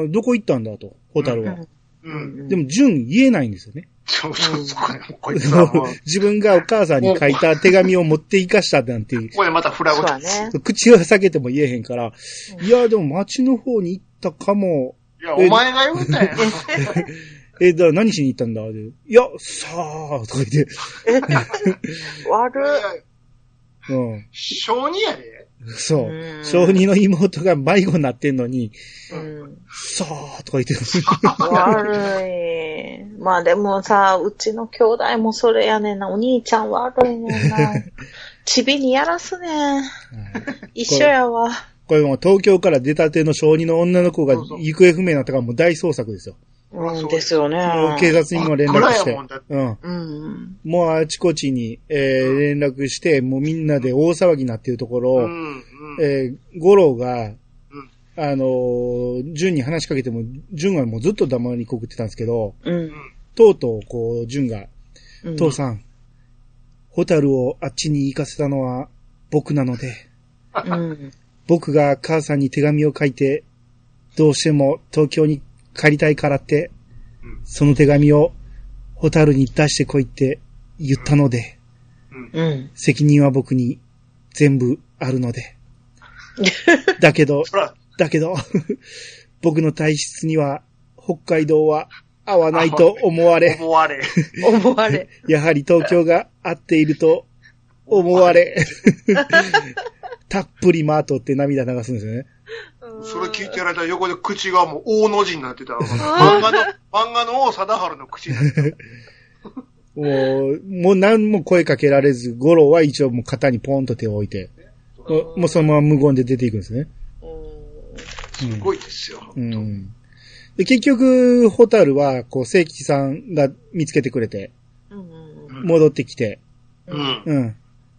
あどこ行ったんだと、ホタル
う
は
ん。
うん。
でも、ジュン言えないんですよね。
そうそうそう。こいつはもう、
自分がお母さんに書いた手紙を持って生かしたなん ていう
ここでまたフラ
そ
グ
うだ
だ。
ね。
口は避けても言えへんから、いや、でも街の方に行ったかも、
いや、お前が言うたんやん。
え、だから何しに行ったんだでいや、さあ、とか言って、
悪っ。
うん、
小児やで。
そうう。
ん
小児の妹が迷子になってんのに、
うん。
さあ、とか言ってる。
悪い。まあでもさ、うちの兄弟もそれやねんな。お兄ちゃん悪いねんな。ちびにやらすねん。一緒やわ。
これもう東京から出たての小児の女の子が
そうそう
行方不明になったからもう大捜索ですよ。
うんですよ
もう警
ね。
察にも連絡し
真っ暗や
て
もんだっ。て
うん。
うん。
もうあちこちに、えー、連絡して、もうみんなで大騒ぎになっているところ、
うん。うん。
えー、五郎が、あのー、純に話しかけても、純はもうずっと黙りこくってたんですけど、
うん。
とうとう、こう、純が、
うん
父さん、ホタルをあっちに行かせたのは僕なので、
うん。
僕が母さんに手紙を書いて、どうしても東京に帰りたいからって
うん、
その手紙をホタルに出してこいって言ったので、
うん。
責任は僕に全部あるの で。だけど、
ほら、
だけど、 僕の体質には北海道は合わないと思われ、
思われ。
思われ。
やはり東京が合っていると思われ、 たっぷりマートって涙流すんですよね。
それ聞いてられたら横で口がもう大の字になってたら、
あ
漫画の、漫画の王貞治の口になってた。
もう、もう何も声かけられず、ゴロは一応もう肩にポンと手を置いて、もうもうそのまま無言で出ていくんですね。
うん
すごいですよ。
うん。で、結局、ホタルは、こう、正規さんが見つけてくれて、
うん
戻ってきて、
うん。
うん。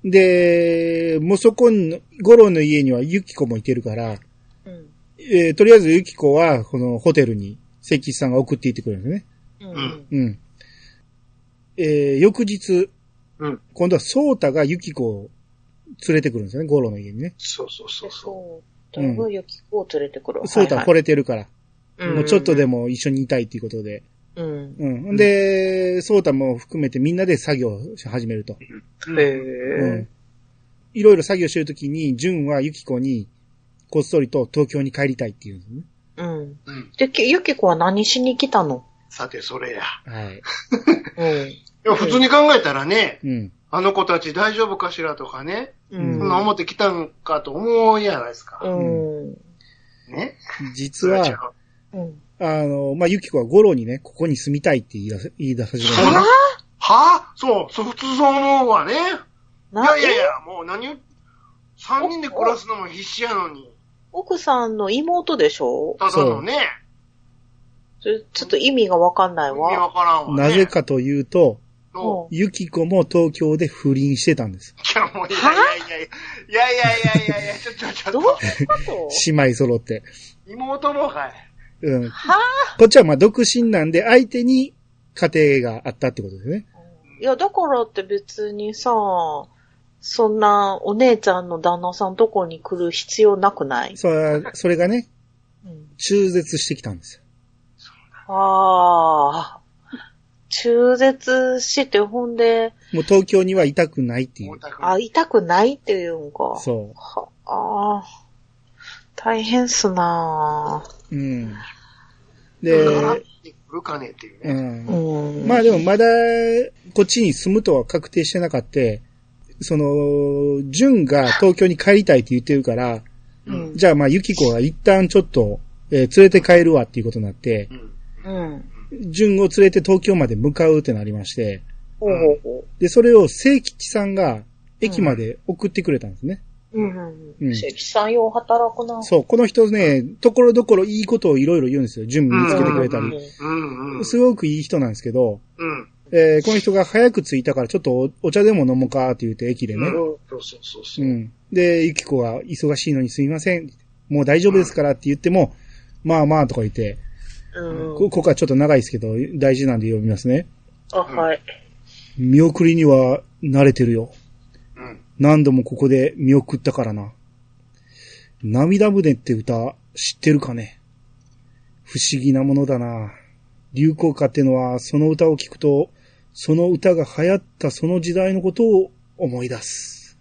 で、もうそこに、ゴロの家にはユキコもいてるから、
うん。
えーとりあえずユキコは、このホテルに、正規さんが送っていってくれるんですね。
うん。
うん。えー翌日、
うん
今度はソータがユキコを連れてくるんですよね、ゴロの家にね。
そうそうそうそ
そう。だいぶユキコを連れてくる。
ソータは
はい
惚れてるから、
はい
もうちょっとで。も一緒にいたいっていうことで。
うん。
うん。ん、で、ソータも含めてみんなで作業し始めると。
う。
へ
う
え
ん。いろいろ作業してるときに、ジュンはユキコに、こっそりと東京に帰りたいっていうんですね。
うん。
うん。
で、きユキコは何しに来たの
さて、それや。
はい。
うん。
いや、普通に考えたらね、
うん。
あの子たち大丈夫かしらとかね、
う
うん
そんな思ってきたんかと思うじゃないですか。
うん。
ね。
実は
それ、違う
うん。
あの、まあ、ユキコはゴロにね、ここに住みたいって言い出す言い出始める。
そうなはぁそう、そう、普通そう思うわね。い
な
やいやいや、もう何言う、三人で暮らすのも必死やのに、
奥さんの妹でしょ
ただのね、
それちょっと意味がわかんない
意味わ
わ。
からんわ、ね。
なぜかというと、
の。
ユキコも東京で不倫してたんです。
いや、もう、いやいやいやいやいやいやいやいや、ちょっとちょっ
どう
と
いう、こ
姉妹揃って。
妹もかい。
うん。
とは
こっちはまあ独身なんで、相手に家庭があったってことですね。
いや、だからって別にさ、そんなお姉ちゃんの旦那さんとこに来る必要なくない、
それそれがね、
うん、
中絶してきたんですよ。
ああ、中絶してほんで、
もう東京にはいたくないってい
も
う
う。たく
あ、痛くないっていうんか。
そ
はああ、大変っすな
う。うん。
絡ん
で、
でくるかねっていう
う
ね。
ぁ。
ん。
うん。
まあでもまだ、こっちに住むとは確定してなかって、その、ジュンが東京に帰りたいって言ってるから、
うん。
じゃあまあユキコが一旦ちょっと、えー連れて帰るわっていうことになって
う、ん。
うん。
ジュンを連れて東京まで向かうってなりまして、
ほうほうほ
で、それを聖吉さんが駅まで送ってくれたんですね。
う。うん。
う
うんん。関さんよう働くな。
そう、この人ね、ところどころいいことをいろいろ言うんですよ。ジュン見つけてくれた
うん
り。
うんうん。
すごくいい人なんですけど、
うん。
えーこの人が早く着いたからちょっとおお茶でも飲もうかって言って駅で
うん
ね。
そうそうそうそうう。
ん。で、ゆきこが忙しいのにすみません。もう大丈夫ですからって言っても、まあまあとか言って、
うん。
こここはちょっと長いですけど、大事なんで読みますね。
あ、はい。
見送りには慣れてるよ。
うん。
何度もここで見送ったからな。涙船って歌知ってるかね不思議なものだな。流行歌ってのはその歌を聴くと、その歌が流行ったその時代のことを思い出す。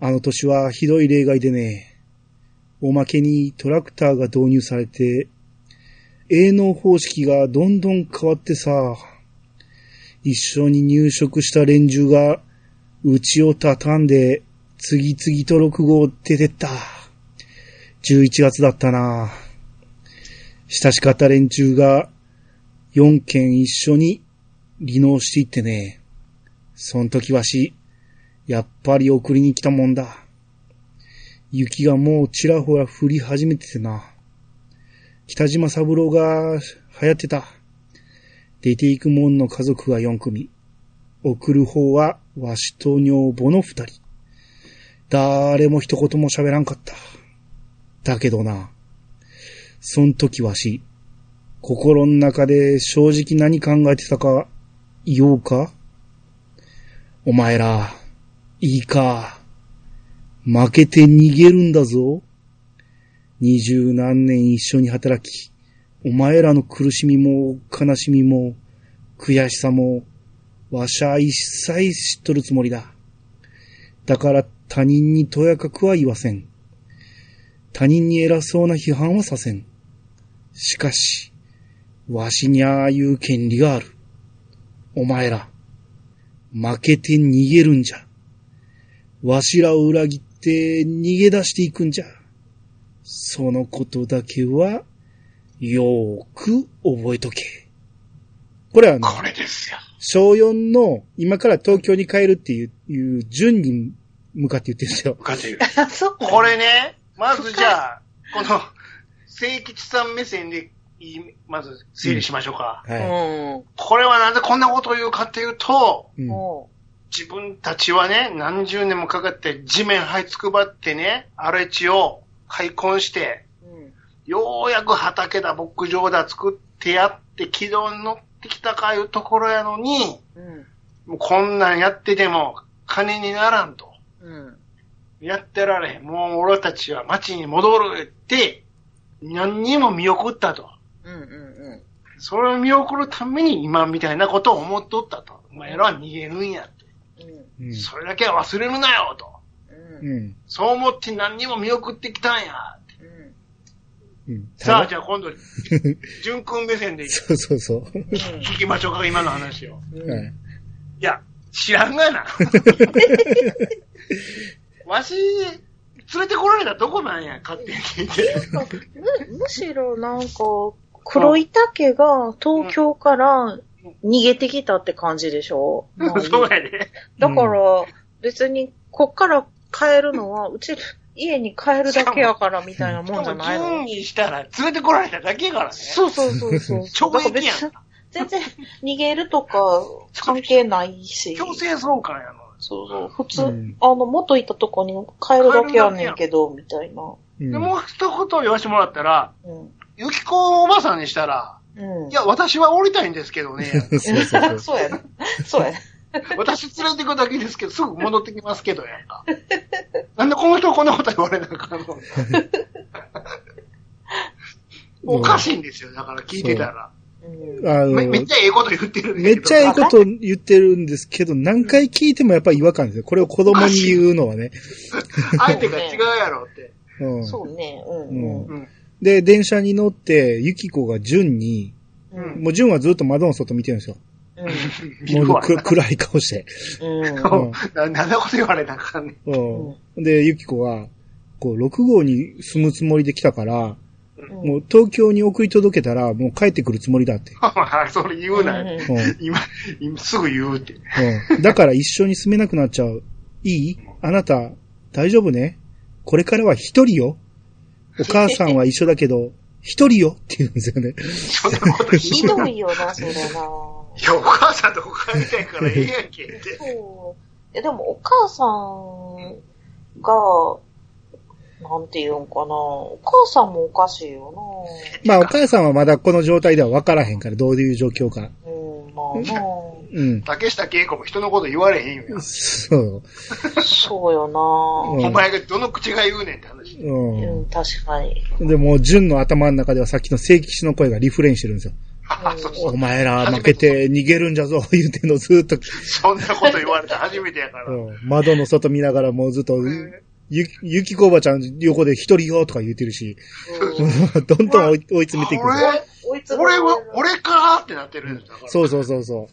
あの年はひどい例外でね、おまけにトラクターが導入されて、営農方式がどんどん変わってさ、一緒に入植した連中がうちを畳んで、次々と6号出てった。11月だったな親しかった連中が、4件一緒に離農していってね。そん時わし、やっぱり送りに来たもんだ。雪がもうちらほら降り始めててな。北島三郎が流行ってた。出ていくもんの家族が4組。送る方は、わしと女房の二人。誰も一言も喋らんかった。だけどな、そん時わし、心の中で正直何考えてたか、言おうかお前ら、いいか。負けて逃げるんだぞ。二十何年一緒に働き、お前らの苦しみも悲しみも悔しさもわしゃ一切知っとるつもりだ。だから他人にとやかくは言わせん。他人に偉そうな批判はさせん。しかし、わしにああいう権利がある。お前ら、負けて逃げるんじゃ。わしらを裏切って逃げ出していくんじゃ。そのことだけは、よーく覚えとけ。これはね、
これですよ。
小4の今から東京に帰るっていう、いう順に向かって言ってるんですよ。
かという。
あ、そう。
これね、まずじゃあ、この、聖吉さん目線でいい、まず整理しましょうか。
は
う。
これはなんでこんなことを言うかっていうと、
い。うんん。
も
自分たちはね、何十年もかかって地面這いつくばってね、荒れ地を開墾して、
う。うん。
ようやく畑だ、牧場だ作ってやって軌道に乗ってきたかいうところやのに、
うん。
もうこんなんやってても金にならんと。
うん。
やってられへん。もう俺たちは町に戻るって、何にも見送ったと。
うんうんうん。
それを見送るために今みたいなことを思っとったと。お前らは逃げるんやって。
うん
うん。
それだけは忘れるなよと。
うん
うん。
そう思って何にも見送ってきたんや。
うん。
うん。
さあ、じ
ゃ
ゃあ今度、純君目線で
そうそうそう。
聞きましょうか、今の話を。
うん
はい。
いや、知らん がな。わし、連れてこられたらどこなんや、勝手に聞いて。
むむしろなんか、黒板家が東京から逃げてきたって感じでしょ、
そうやで。
だから、別に、こっから帰るのは、うち、家に帰るだけやからみたいな
で
もんじゃ
も、
ない
純
の
にしたら連れてこられただけやからね。
そうそうそう そう。
懲役やん
だから別に全然逃げるとか関係ないし。
強制送還やの。
そうそう。普通、
うん
あの、元いたとこに帰るだけやねんけど、みたいな。
うん
で、もう一言言わせてもらったら、
うん。
ゆきこおばさんにしたら、
うん。
いや、私は降りたいんですけどね。
そうそうそう。
そうやね。そうやね。
私連れてくだけですけど、すぐ戻ってきますけどやんか。なんでこの人こんなこと言われなあかんのおかしいんですよ、だから聞いてたら。
うん。
あの
めめっちゃええこと言ってるんだ
め
け
っ
ど
ちゃいいこと言ってるんですけど、何回聞いてもやっぱり違和感ですよ。これを子供に言うのはね。
相手が違うやろって。
うん、
そうね。うん。うん。
うん。
で、電車に乗って、ゆきこが純に、
うん。うん。
もう純はずっと窓の外見てるんですよ。
見る
もう
わ。
く暗い顔して。
うん。
ななんだこと言われなあかん ねん。
うんで、ゆきこは、こう、6号に住むつもりで来たから、
うん
もう東京に送り届けたら、もう帰ってくるつもりだって。
お前それ言うなよ。
うん
今、今すぐ言うって。
うんだから一緒に住めなくなっちゃう。いいあなた、大丈夫ねこれからは一人よ。お母さんは一緒だけど、一人よって言うんですよね。
そんなこと
ひ
言う
ど
な。い
いよな、それな。
や、お母さんとお母さんみたいからええやん けって。
そう。え、でもお母さんが、なんて言うんかな。お母さんもおかしいよ
まあお母さんはまだこの状態では分からへんから、どういう状況か。
な。うん、まあ
うん。
竹下恵子も人のこと言われへんよ。
そう。
な。そうよ
うん
お前がどの口が言うねんって話。
う
な。うん、確かに。
ん。でも、純の頭の中ではさっきの聖騎士の声がリフレインしてるんですよ。
あそう そう
お前ら負けて逃げるんじゃぞ、 言うてんのずっと、
そんなこと言われた初めてやから。
うん窓の外見ながらもうずっと、ゆ、ゆきこおばちゃん横で一人よとか言ってるし、
うん
どんどん追い追い詰めていくんですよ。
俺、
追い詰め
俺
られ
は
る、
俺かーってなってるんですだから。
そうそうそうそう。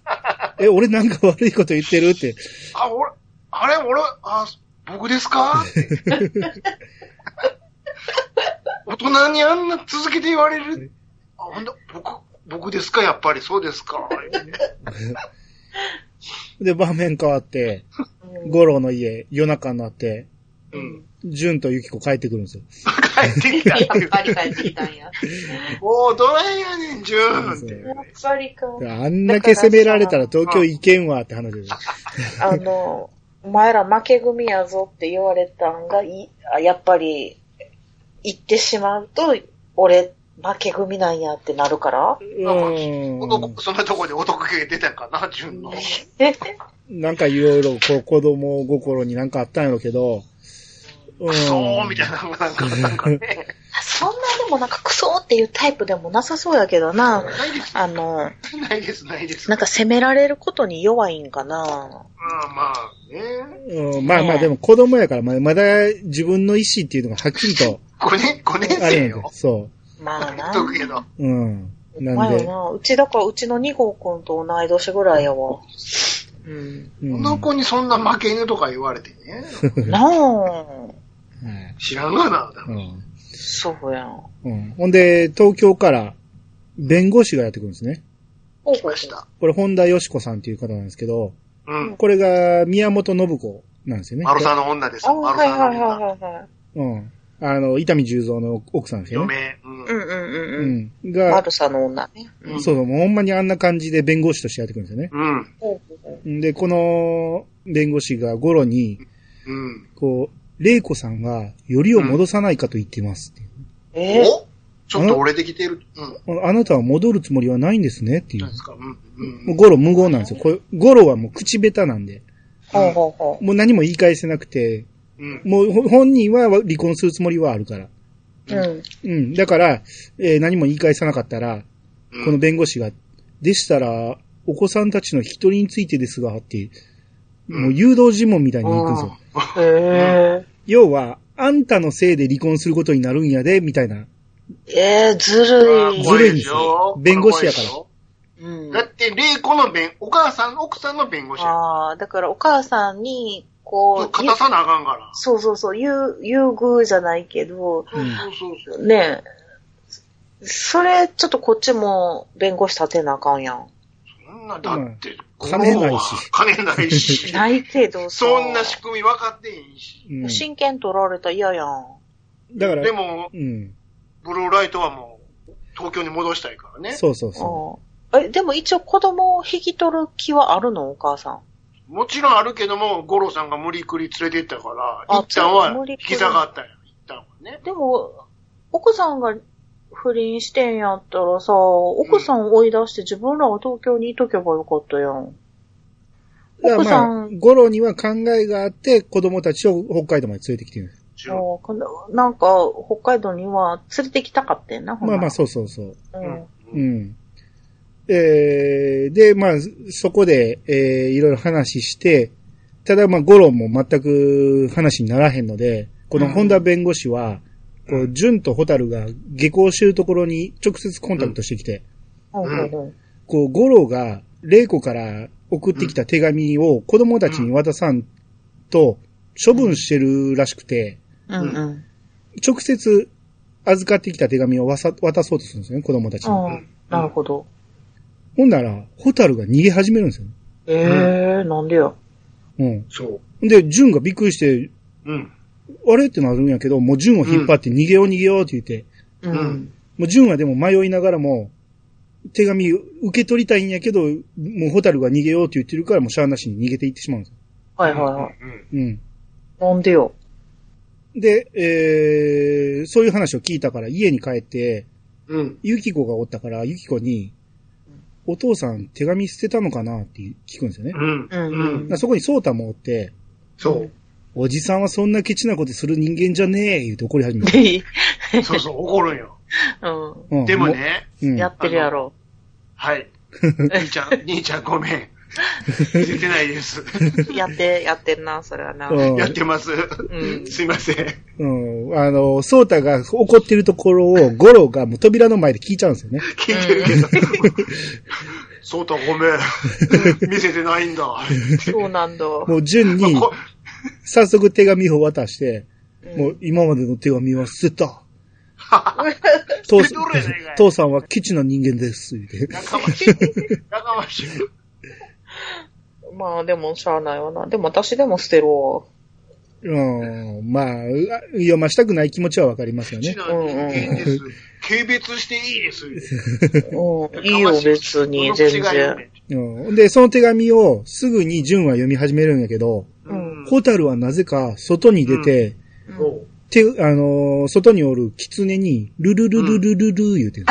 え、俺なんか悪いこと言ってるって。
あ、俺、あれ、俺、あ、僕です かって大人にあんな続けて言われる。あ、ほんと、僕、僕ですかやっぱりそうで すか。
で、場面変わって、
うん
ゴロの家、夜中になって、
うん。
ジュンとユキコ帰ってくるんですよ。
帰ってき たっていう
やっ。ぱり帰ってきたんや。
もうどないやねん、ジューンって。
やっぱりか。
あんだけ責められたら東京行けんわって話です。
あの、お前ら負け組やぞって言われたんが、いあやっぱり、言ってしまうと、俺、負け組なんやってなるから。
う
こ
ーん
のそんなとこでお得系出たんかな、ジュンの。
え
なんかいろいろ、こう、子供心になんかあったんやろうけど、う
クソー
ん
みたいなのがなんかあったんかね。
そんなでもなんかクソっていうタイプでもなさそうやけどな。
ないです、
あの、
ないです、ないです。
なんか責められることに弱いんかな。
まあまあ、ね。
うんまあまあ、でも子供やから、ままだ自分の意思っていうのがはっきりと
5年、五年
ある
生
んで
よ。。
そ
まあ
言
な
っ。とくけど。
う。うん。
ま
なん
あ
で、
な。うちだから、うちの二号くんと同い年ぐらいやわ。うん。
うん。
この子にそんな負け犬とか言われてね。
なあ。
はい
知らんがな。
うん
そうやん。
うん。ほんで、東京から弁護士がやってくるんですね。
お
来ました。
これ、本田よし子さんっていう方なんですけど、
うん。
これが宮本信子なんですよね。
マロさんの女です
あ、
よ。マロ
はい
さ
は
ん
い
の
はい
女。
はいはい。
うん。あの、伊丹十三の奥さんですよね。
嫁。うん
うんうんう
うんん。
うん。マ
が、
ルサの女ね。
そううんそう、もうほんまにあんな感じで弁護士としてやってくるんですよね。
うん。
で、この弁護士がゴロに、
うん。
こう、玲子さんは、よりを戻さないかと言っていますっていう、
えー
おちょっと折れてきてる。うん。
あなたは戻るつもりはないんですねってい
な
うん
で。すか。うん。う。
もうんゴロ無言なんですよ。これゴロはもう口下手なんで。
ほうほうほ
もう何も言い返せなくて、
うん。
もうほ本人は離婚するつもりはあるから。
う。うん。
うん。だから、えー何も言い返さなかったら、
うん
この弁護士が、でしたら、お子さんたちの引き取りについてですが、って、
うん
もう誘導尋問みたいに行くんですよ。
へえ。
要は、あんたのせいで離婚することになるんやで、みたいな。
えー、ずるい。
ずるいんですよ弁護士やから
うん
だって、玲子の弁、お母さん、奥さんの弁護士や。
ああ、だからお母さんに、こう、
勝たさなあかんから。
そうそうそう、優、優遇じゃないけど、
うん
そうそうそう。
ねえ、それ、ちょっとこっちも弁護士立てなあかんやん。
そんな、だって、
金ないし
この子は金ないし。
ないけどさ
そんな仕組み分かってへんし。
うん、
親権取られたら嫌やん。
だから
で、も、
うん。
ブルーライトはもう、東京に戻したいからね。
そうそうそ
うんえ、でも一応子供を引き取る気はあるのお母さん。
もちろんあるけども、五郎さんが無理くり連れて行ったから、
あ
一旦は
無理
引
くり
き下がったんや。一旦はね。
でも、奥さんが不倫してんやったらさ、奥さん追い出して自分らは東京にいとけばよかったやん。
う。だか
奥
ら
さ
まあ、
ん、
ゴロには考えがあって、子供たちを北海道まで連れてきてるんです。
一応
もうこのなんか、北海道には連れてきたかってんな、ほん
まあ
なら
まあ、そうそうそう。
う
うん
ん。
うん。えー、で、まあ、そこで、えー、いろいろ話して、ただ、まあ、ゴロンも全く話にならへんので、この本田弁護士は、こう、純とホタルが下校してるところに直接コンタクトしてきて、
ほうほうほう
こう、ゴロが、レイコから送ってきた手紙を子供たちに渡さんと処分してるらしくて、
うんうん。
直接預かってきた手紙をわさ渡そうとするんですよね、子供たちに。
ああ、なるほど。
ほんなら、ホタルが逃げ始めるんですよね。
ええ、なんでや。
うん。
そう。
で、ジュンがびっくりして、
うん。
あれってなるんやけど、もうジュンを引っ張って逃げよう逃げようって言って、
う
うんん。
もうジュンはでも迷いながらも、手紙受け取りたいんやけど、もうホタルが逃げようって言ってるから、もうシャアなしに逃げていってしまうんですよ。
はいはいはい。
うん
うん。
なんでよ。
で、えー、そういう話を聞いたから家に帰って、
うん。
ユキコがおったから、ユキコに、お父さん手紙捨てたのかなって聞くんですよね。だか
うん。
うん
うん。
らそこにソータもおって、
そう。
おじさんはそんなケチなことする人間じゃねえ言うて怒り始める。
で、
そうそう、怒るんよ。
う。
うん
でも、ね、
うんん
やってるやろ。
はい。兄ちゃん、兄ちゃんごめん。出てないです。
やって、やってんな、それはな。
うん
やってます。
ん
すいません。
うん。あの、ソータが怒ってるところを、ゴロがもう扉の前で聞いちゃうんですよね。
聞いてるけど。 そうたごめん。見せてないんだ。
そうなんだ。
もう順に、
こ
早速手紙を渡して、
うん
もう今までの手紙は捨てた。父
捨てとるやないかい
父さんは基地の人間です。言うて
やかましい。やかましい。
まあでも、しゃあないわな。でも私でも捨てろ。
うん。まあ、うわ読ましたくない気持ちはわかりますよ
うち
ね。
の人間です。軽蔑していいです。
うん。いいよ、別に、全然。。
うん。で、その手紙をすぐに順は読み始めるんやけど、
うん。
ホタルはなぜか外に出て、
そう
手、あのー外におる狐に、ルルルルルルル言うてる。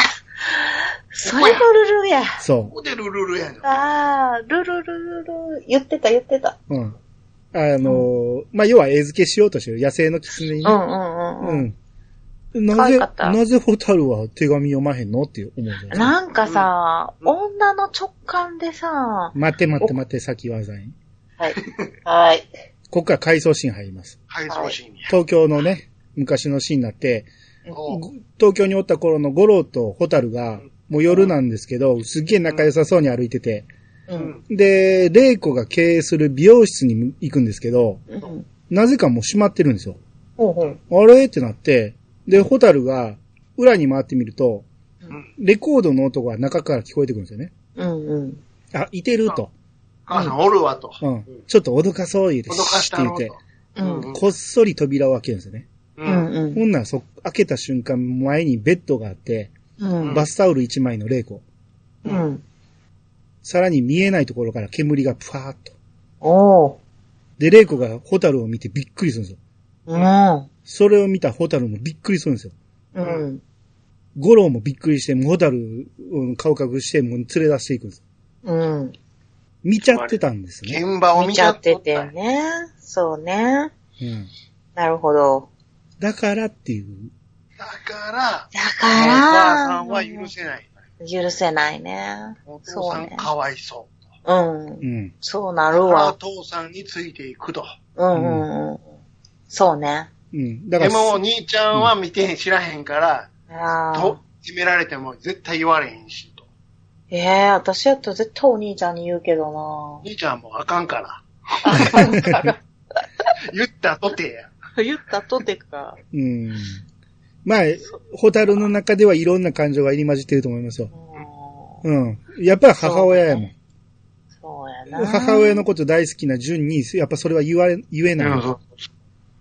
それのルルや。
そう
こ。こでルルルやの。
ああ、ルルルルル、言ってた、言ってた。
うん。あのーまあ、要は絵付けしようとしてる野生の狐に
う
ね。
んうん
う
うん。うん
ん。なぜ
愛かっ、た
なぜホタルは手紙読まへんのって思うじゃない
なんかさ、女の直感でさ、
待って待って待って、先はざい。
はい。はい。
ここから回想シーン入ります。
はい、そうしに。
東京のね、昔のシーンになって、
おう
東京におった頃の五郎とホタルが、もう夜なんですけど、すっげえ仲良さそうに歩いてて、
うん。
で、玲子が経営する美容室に行くんですけど、
うん。
なぜかもう閉まってるんですよ。
ほうほう。
あれってなって、で、ホタルが裏に回ってみると、
うん
レコードの音が中から聞こえてくるんですよね。
うんうん。
あ、いてると。
母さんおるわと。
うん。ちょっと脅かそう言うて、
脅かしたろ
シッて
うと。
うん
言って、こっそり扉を開けるんですよね。
う。
うんん
ほんならそ、開けた瞬間、前にベッドがあって、
うん。
バスタオル1枚の玲子。
うん。
さらに見えないところから煙がプワーっと。
おー。
で、玲子がホタルを見てびっくりするんですよ。
うん。
それを見たホタルもびっくりするんですよ。
うん。
ゴロもびっくりして、もうホタルを顔隠して、もう連れ出していくんです。
うん。
見ちゃってたんですね。
現場を
見
見
ち
ち
ゃ
ゃ
っ
ってて
て
て。
ね。そうね。
うん。
なるほど。
だからっていう。
だから、
だ
お
か
母
ら
さ、んは許せない。
許せないね。
お父さ
そうんね。
かわいそう
うんん。
そうなる
う。お
わ。
父さんについていくと。
うんうんうん。そうね。
うん。だか
で
ら、
も、お兄ちゃんは見てへん、知らへんから、
あ
と
あ。、
決められても絶対言われへんし、と。
ええ私やったら絶対お兄ちゃんに言うけどな
お兄ちゃんはもうあかんから。 言ったとてや。
言ったとてか。
うん。まあ、ホタルの中ではいろんな感情が入り混じってると思いますよ
う。ん
うん。やっぱり母親やもん。
そうやな。
母親のこと大好きな純に、やっぱそれは言われ、言えない。
うんそう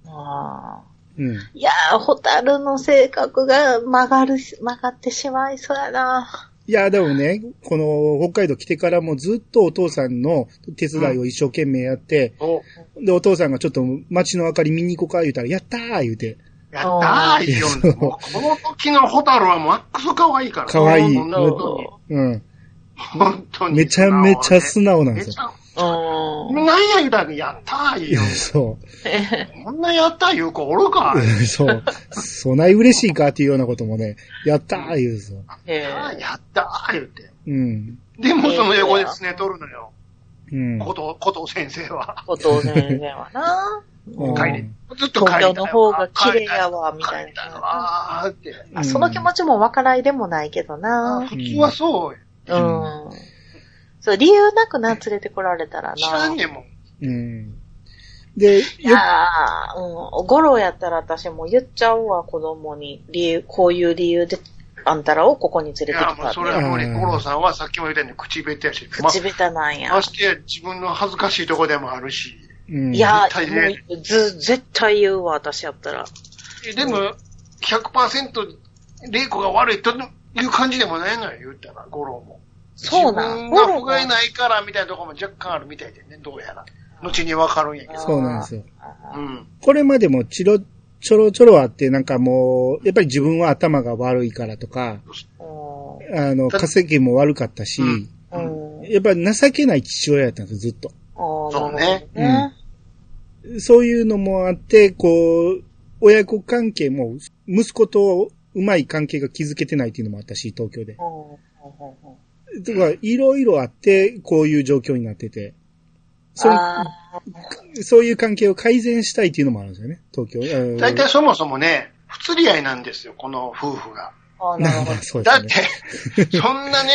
ああ。
うん。
いやー、ホタルの性格が曲がるし、曲がってしまいそうやな。
いや、でもね、この北海道来てからもずっとお父さんの手伝いを一生懸命やって、
お
で、お父さんがちょっと街の明かり見に行こうか言うたら、やったー言うて。
やったー言うてんのもうこの時のホタルはマックス可愛いから。
可愛い
本当に。
うん。
本当に。
めちゃめちゃ素直なんで
め
す
ち
よ。
ゃ、
うん。
なんや言うたら、やったー言う
そ
の。こんなやったー言う子おるか。
う。そう。そない嬉しいかっていうようなこともね、やったー言うんですよ。
ええ
ああやったー言うて。
うん。
でもその横でスネ取るのよ。
うん。
こと、こと先生は。
こと全然はな。
う
帰
帰
り
り
ん。
ずっと帰りたい
東京
わ
の方が綺麗やわ、み
帰
たい
りたい
な。
わーって。
うん
その気持ちもわからないでもないけどな。
普通はそうよ。
う
うん
ん。そう、理由なくな、連れてこられたらな。
知らんねんもん。
うん。で、よ
いやー、うん、ゴロやったら私もう言っちゃうわ、子供に。理由、こういう理由で、あんたらをここに連れ
い
てきた
や、
っ
もうそ
て。
れは無理。
うん
五郎さんはさっきも言ったように口下手やし。ま
口下手なんや
ま。してや自分の恥ずかしいとこでもあるし。
うん
いや
絶対ね
ー、もうず、絶対言うわ、私やったら。
えでも、100%、玲子が悪いという感じでもないのよ、言ったら、五郎も。
そうなん
自分が不甲
が
斐ないからみたいなところも若干あるみたいでね、どうやら。後にわかるんやけど。
そうなんですよ。
うん。
これまでもちろ、ちょろちょろあって、なんかもう、やっぱり自分は頭が悪いからとか、
うん
あの、稼ぎも悪かったし、
うん
うん。
やっぱり情けない父親やったんですよ、ずっと。
そ
そうね。
なる
そういうのもあって、こう、親子関係も、息子とうまい関係が築けてないっていうのもあったし、東京で。
ほどねうん
とか、いろいろあって、こういう状況になってて。そ
あ
うそういう関係を改善したいっていうのもあるんですよね、東京。うん
大体そもそもね、不釣り合いなんですよ、この夫婦が。
ーあー、な
な
る
ん
ほ
か そうで
だっ
すね。
て、そんなね、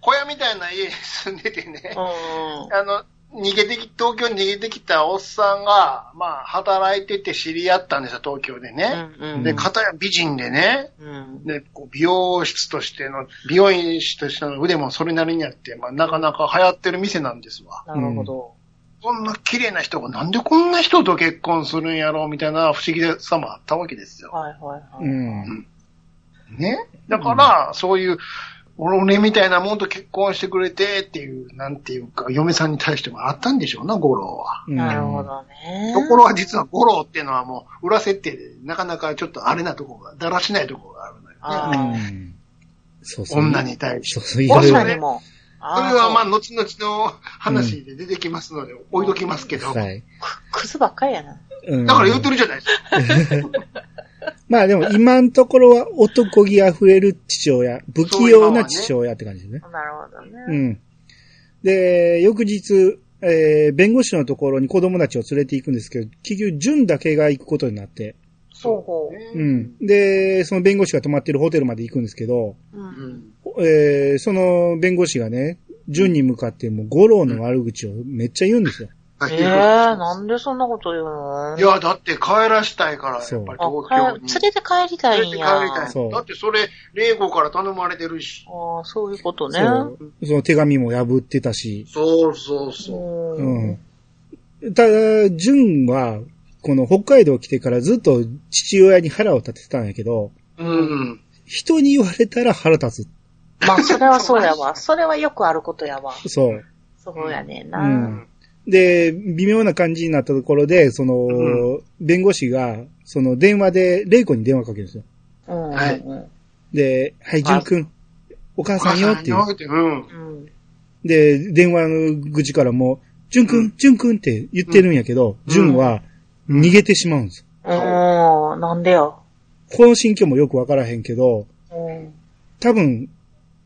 小屋みたいな家に住んでてね、
ど。
あの、逃げてき、東京に逃げてきたおっさんが、まあ、働いてて知り合ったんですよ、東京でね。
うん。うん。
で、片や美人でね、
うん。
で、こう美容室としての、美容院師としての腕もそれなりにあって、まあ、なかなか流行ってる店なんですわ。
なるほど。
こんな綺麗な人が、なんでこんな人と結婚するんやろう、みたいな不思議さもあったわけですよ。
はいはいは
う
い。
ん。
ね。だから、そういう、俺俺みたいなもんと結婚してくれてっていう、なんていうか、嫁さんに対してもあったんでしょうな、五郎は。
うん
なるほ。どね。
ところが実は五郎っていうのはもう、裏設定で、なかなかちょっとあれなとこが、だらしないとこがあるのよ、
あ
ね。
う
ー
ん。そうそう。
女に対して。
そうそう、いろい
確
ろ
か。にも。
そ
あー
れはまあ、後々の話で出てきますので、置いときますけど。
はい。
クズばっかりやな。
うん
だから言ってるじゃないですか。
まあでも今のところは男気あふれる父親、不器用な父親って感じですね。
なるほど
う
ね。
ん。で、翌日、えー、弁護士のところに子供たちを連れて行くんですけど、結局、純だけが行くことになって、
そうほ
う。ん。で、その弁護士が泊まってるホテルまで行くんですけど、
う。う
う
ん
ん。
えー、その弁護士がね、純に向かってもう五郎の悪口をめっちゃ言うんですよ。
はい
ええー、なんでそんなこと言うの
いや、だって帰らしたいから、やっぱ
そう
り
あ
東
か
京に。
連れて帰りたい
連れて
ん
帰り
や。
たい
そう
の。だってそれ、霊子から頼まれてるし。
ああ、そういうことね。
そう。その手紙も破ってたし、
そうそうそう。
う
うん。ただ、純は、この北海道来てからずっと父親に腹を立ててたんやけど、
うん。
人に言われたら腹立
まあ、それはそうやわ。それはよくあることやわ。
つ。そう。
そうやねん
う
な。
んで、微妙な感じになったところで、その、
う
弁護士が、その電話で、玲子に電話かけるんですよ。
うん。
は
う
い
ん。
で、はい、純くん、お母さんよっていう。
うん。
うん。
で、電話の口からも、ジュンくん、ジュンくんって言ってるんやけど、
うん
ジュンは逃げてしまうんです。
うーん、なんでよ。
この心境もよくわからへんけど、
うん。
多分、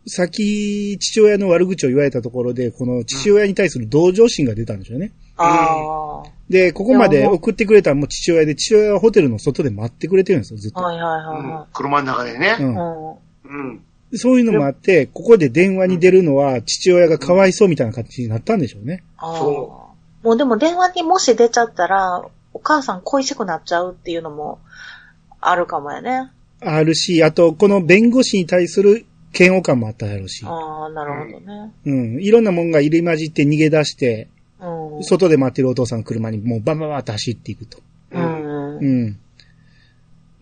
先、父親の悪口を言われたところで、この父親に対する同情心が出たんでしょうね。
あ
で、ここまで送ってくれたのも父親で、父親はホテルの外で待ってくれてるんですよ、ずっ
あ、
と。
はいはいうはい
ん
は。
車の中で
う
ね。
ん
い。うん。
うん。
そういうのもあって、ここで電話に出るのは父親がかわいそうみたいな感じになったんでしょうね。
ああ。
そ
もうでも電話にもし出ちゃったら、お母さん恋しくなっちゃうっていうのもあるかもやね。
あるし、あと、この弁護士に対する嫌悪感もあったやろうし。
ああ、なるほどね。
うん。いろんなもんが入り混じって逃げ出して、
うん。
外で待ってるお父さんの車にもうバンバンバンって走っていくと。
う。ん。う。
うんん。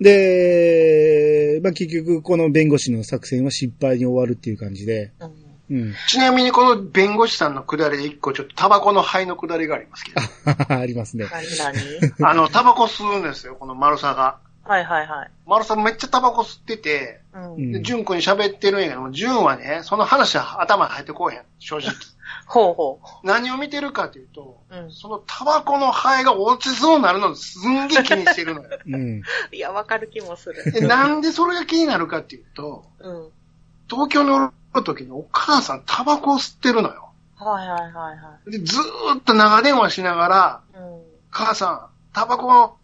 で、まあ、結局、この弁護士の作戦は失敗に終わるっていう感じで。うん。
ちなみにこの弁護士さんのくだりで一個ちょっとタバコの灰のくだりがありますけど。
あ、ありますね。
何 何
あの、タバコ吸うんですよ、この丸さんが。
はいはいはい。
丸さんめっちゃタバコ吸ってて、
う。
うんん
で、ジュン君に喋ってるんやけども、ジュンはね、その話は頭に入ってこうへん、正 直。
ほうほ
何を見てるかというと、
う。うん。
そのタバコの灰が落ちそうになるのすんげえ気にしてるのよ。
うん。
いや、わかる気もする。
で、なんでそれが気になるかっていうと、
うん。
東京におる時にお母さんタバコを吸ってるのよ。
はいはいはいは
で、ずーっと長電話しながら、
い。うん。
母さん、タバコの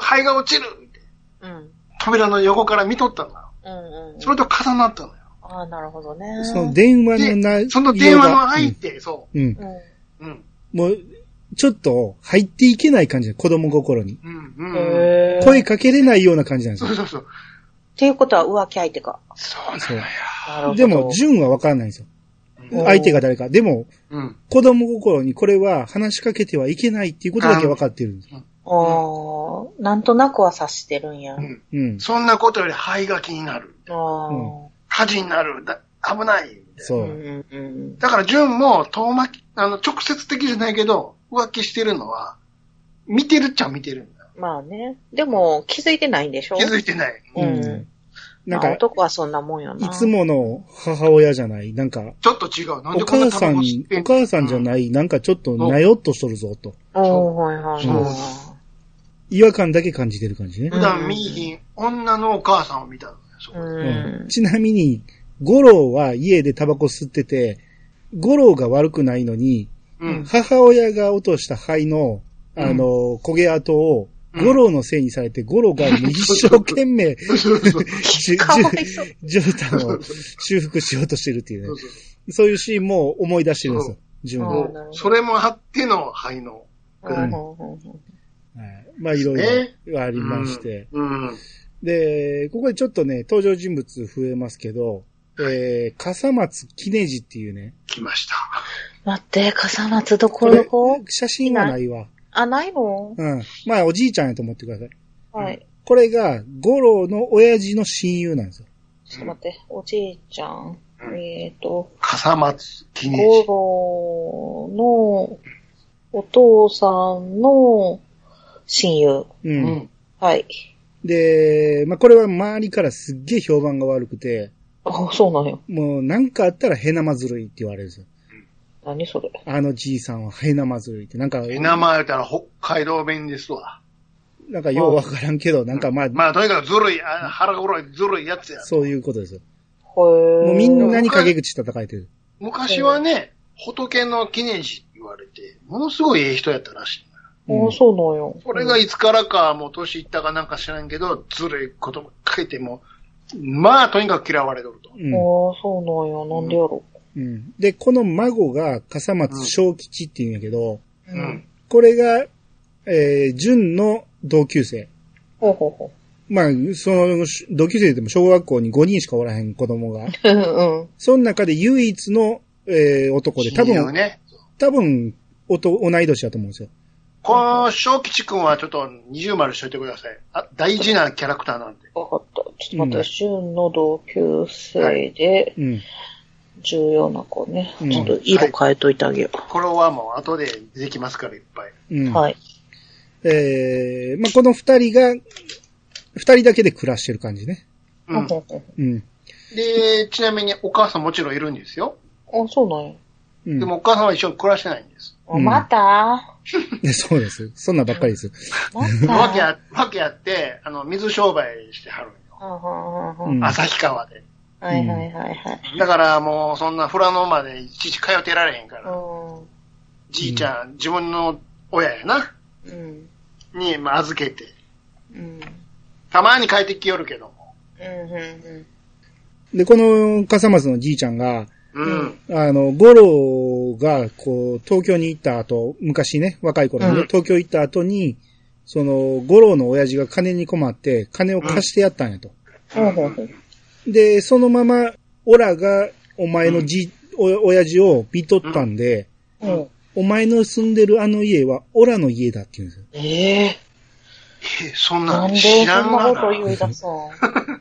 灰が落ちるって
うん。
扉の横から見とったのよ。
うんうん。
それと重なったのよ。
ああ、なるほどね。
その電話の内
で、
容
その電話の
が
相手、そ
うん。うん
うん。
う。うん。
もう、ちょっと入っていけない感じで、子供心に。
うん。うん。
へえ。
声かけれないような感じなんです
そ
よ
う。そうそう。
っていうことは浮気相手か。
そうな
そ
の
う
よ。
なるほど。
でも、純はわからないんですよ。
うん
相手が誰か。でも、
うん。
子供心にこれは話しかけてはいけないっていうことだけわかってるんです。
ああ、なんとなくは察してるんや。
うん。
うん。
そんなことより肺が気になる。
ああ。
うん
火事になる。だ危ない。
そうう。
んうん
だから、純も、遠巻き、あの、直接的じゃないけど、浮気してるのは、見てるっちゃ見てるんだよ。
まあね。でも、気づいてないんでしょ
気づいてない。
うん
うんなん
まあ
か、
男はそんなもんよな。
いつもの母親じゃない、なんか、
ちょっと違う。なん
お
でこんな
母
タ
さ
バ
ん
コ吸っ、て
お
んの
母さんじゃない、なんかちょっとなよっとしとるぞと。
おー。はいはいはい
そ
違和感だけ感じてる感じね
う。ん
普段見いひん、女のお母さんを見たのよ。そうう。
うん
ん。
ちなみに、五郎は家でタバコ吸ってて、五郎が悪くないのに、
うん。
母親が落とした灰の、あの、焦げ跡を、
うん
五郎のせいにされて、五郎がもう一生懸命、
そうそうそう。
じゅ
かわいそう。
じゅ絨毯を修復しようとしてるっていう
そう
ね。そういうシーンも思い出してるんですよ
そ、
順
あ
は。
ー
は
そうもうそれもあっての肺の。
うんうんうんうん
いまあ、いろいろありまして。
うん。うん。
で、ここでちょっとね、登場人物増えますけど、えー、笠松杵次っていうね、
来ました。
待って、笠松どこどこ
写真はないわ。
あ、ないの
うん。まあ、おじいちゃんやと思ってください。
はい。
これが、五郎の親父の親友なんですよ。
ちょっと待って、おじいちゃん。
うん
えっと、
笠松記念
五郎のお父さんの親友。
う。
うんん。
はい。
で、まあ、これは周りからすっげえ評判が悪くて、
あ、そうなんや。
もうなんかあったらヘナマズルいって言われるんですよ。
何それ。
あのじいさんはヘナマズルいって、なんか、
え、名前言ったら北海道弁ですわ。
なんかようわからんけど、なんかまあ、
まあ、とにかくずるい、あ腹黒いずるいやつや。
そういうことですよ。
も
もうみんなに陰口叩いてる。
昔はね、仏の記念師って言われて、ものすごいええ人やったらしい。
うん
あ、そうなんや。
それがいつからか、もう年いったかなんか知らんけど、ずるいことばっかり言っても、まあ、とにかく嫌われとると。
うん
ああ、そうなんや。なんでやろ。
うん。で、この孫が笠松正吉って言うんやけど、
う
う。ん。
これが、えー、純の同級生。
ほうほうほ
まあ、その、同級生でも小学校に5人しかおらへん子供が。
う。うん。
その中で唯一の、えー、男で、多
親友
分、
ね。
多分、おと、同い年だと思うんですよ。
この小吉くんはちょっと二重丸しといてください。あ、大事なキャラクターなんで。
わかった。ちょっと待
う
っ
ん
て、旬の同級生で
うん。
重要な子ね。
うん
ちょっと色変えといてあげよ
これはもう後で出てきますから、いっぱい。
うん。
う。はい。
えー、まあ、この二人が、二人だけで暮らしてる感じね。
う
うんん。。ほうほう
うん。
で、ちなみにお母さんもちろんいるんですよ。
あ、そうなんや。
うん
でもお母さんは一緒に暮らしてないんです。
うん
また
いやそうです。そんなんばっかりです。
ま
わけ
た
あ、わけあって、あの、水商売してはるんよ。
うんうんうん
う
うん
ん
旭川で。
はいはいはいはい。
だからもう、そんな富良野までいちいち通ってられへんから、
う
じいちゃん、自分の親やな、
ん。うん。
に、まあ、預けて、
うん。
たまに帰ってきよるけども。
うんうん
で、この笠松のじいちゃんが、
うん。
あの、ゴロが、こう、東京に行った後、昔ね、若い頃にね、
うん
東京行った後に、その、ゴロの親父が金に困って、金を貸してやったんやと。
うん。ほうほうほう
で、そのまま、オラが、お前のじ、お、親父をビトったんで、
うん。
お前の住んでるあの家は、オラの家だって言うんですよ。
ええ
えそん
な
なんん
で
知ら
そ
ん
んな
が
こと
な。
言い出すの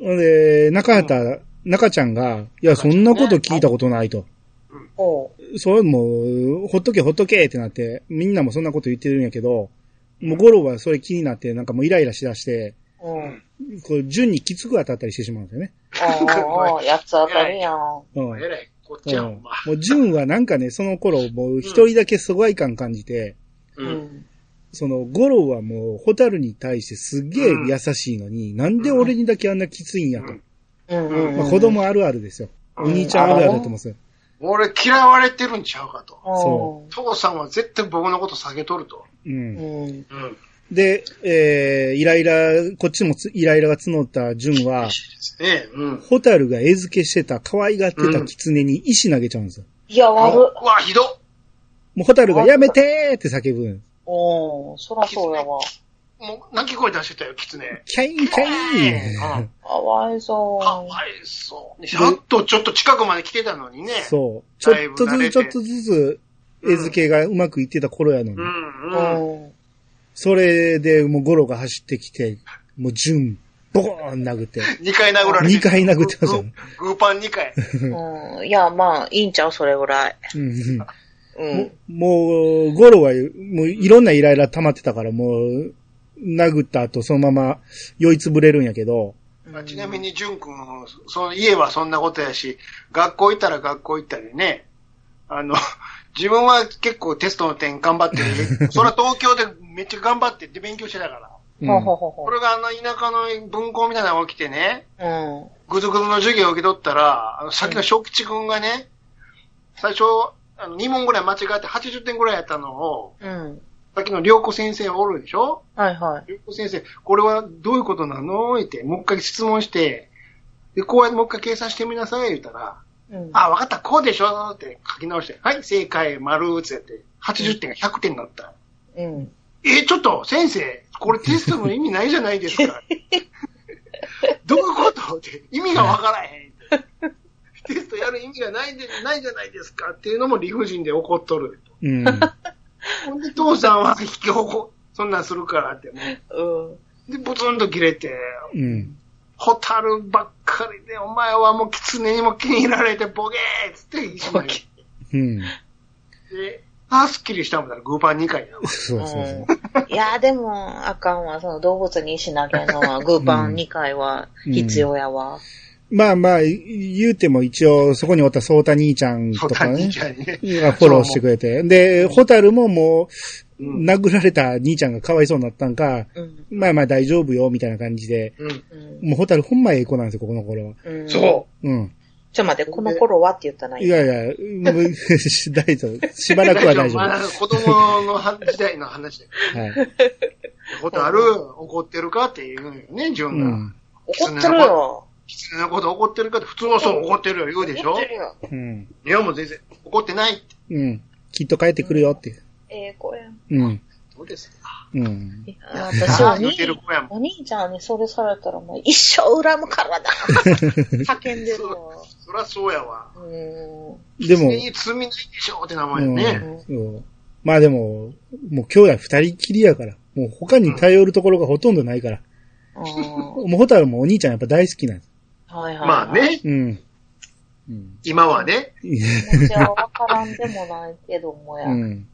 ほんで、中畑、中ちゃんが、いや、そんなこと聞いたことないと。
ほう。
そう、もう、ほっとけほっとけってなって、みんなもそんなこと言ってるんやけど、もうゴロはそれ気になって、なんかもうイライラしだして、
うん。
こう、順にきつく当たったりしてしまうんですよね。
おうおう、やつ当たるやん。
うん。
えらい、こっ
う
ちゃ
ん
ほんま。
もう順はなんかね、その頃、もう一人だけ疎外感感じて、
う。
うんん。
その、ゴロはもう、ホタルに対してすっげえ優しいのに、なんで俺にだけあんなきついんやと。
うんうん
まあ、子供あるあるですよ。お兄ちゃんあるあるだと思うんですよ。
俺嫌われてるんちゃうかと。
そ
父さんは絶対僕のこと下げとると。
う。
うんん。
うん。
で、えー、イライラ、こっちもつイライラが募った順は、
ええ、うん。
ホタルが餌付けしてた、可愛がってた狐に石投げちゃうんですよ。
いや、
う
悪っ。
わ、ひどっ
もうホタルがやめてーって叫ぶん。
うん。そらそうやわ。
もう、泣き声出してたよ、狐。
キャインキャイン
うん
かわいそ
か
う。
わいそう。やっとちょっと近くまで来てたのにね。
そう。ちょっとずつちょっとずつ、餌付けがうまくいってた頃やのに
う。、
うん
うん。
ん。
それでもうゴロが走ってきて、もう順、ボコーン殴って。
二回殴られて。
二回殴ってますよ
グーグーパン二回。
うん。いや、まあ、いいんちゃうそれぐらい。
うんうん
う
も
ん。
もう、ゴロは、もういろんなイライラ溜まってたから、もう、殴った後そのまま酔いつぶれるんやけど、
まあちなみに、淳君、その家はそんなことやし、学校行ったら学校行ったりね、あの、 自分は結構テストの点頑張って る。それは東京でめっちゃ頑張ってって勉強してたから。
うん
ほうほうほうほ
これがあの田舎の分校みたいなのが起きてね、
う。うん。
ぐずぐずの授業を受け取ったら、あの、さっきの小吉君がね、最初、あの、2問ぐらい間違って80点ぐらいやったのを、
うん。
さっきの良子先生おるでしょ
はいはい。
ゆうこ先生、これはどういうことなのって、もう一回質問して、で、こうやってもう一回計算してみなさい、言ったら、
うん。
あ、わかった、こうでしょって書き直して、はい、正解、丸、つって、80点が100点になった。
うん。
えーちょっと、先生、これテストの意味ないじゃないですか。どういうことって、意味がわからへん。テストやる意味がないでないじゃないですかっていうのも理不尽で怒っとる。
うん。
ほんで、父さんは引き起こ、そんなんするからって、も
うん。
う。で、ブツンと切れて、
うん。
ホタルばっかりで、お前はもう狐にも気に入られてボケーっつって一枚切
うん。
って、あー、すっきりしたもんだら、グーパン2回やわ。
そうそうそう。
うんいや、でも、あかんわ。その動物にしなきゃのは、グーパン2回は必要やわ。
まあまあ、言うても一応、そこにおったソータ兄ちゃん
ホ
と
タ
か
ル
ね
2、回ね。
がフォローしてくれて。で、ホタルももう、
うん
殴られた兄ちゃんがかわいそうになったんか、
うん。
まあまあ大丈夫よ、みたいな感じで。
うん。
うん。
もうホタルほんまええ子なんですよ、この頃は。
うん。
そ
うん。
ちょ、待って、この頃はって言ったない
やいや、もう大丈夫。しば
う。
らくは 大丈夫。
ま
は
あ子供の時代の話だけ
い。
ど、ホタル怒ってるかって言うんよね、
う
純が。
ん。
怒ってるよ。
狐のこと怒ってるかって、普通はそう怒ってるよ言うでしょ
怒ってるよ。
うん。
いや、もう全然怒ってないって。
うん。きっと帰ってくるよって。
ええ子やん。
うん。
どうですか
うん。
いや私
あ
は
あ、言うてる子やもん。
お兄ちゃんにそれされたらもう一生恨むか らな叫んでるよ。
そりゃそうやわ。
うーん。
でも
狐、に罪ないでしょって名前
うん
ね。
そうまあでも、もう兄弟二人きりやから。もう他に頼るところがほとんどないから。
あー
もうホタルもお兄ちゃんやっぱ大好きなんです。
はいはい、はい。
まあ。ね、
うん。うん。
今はね。
気持ちはわからんでもないけどもや。
うん。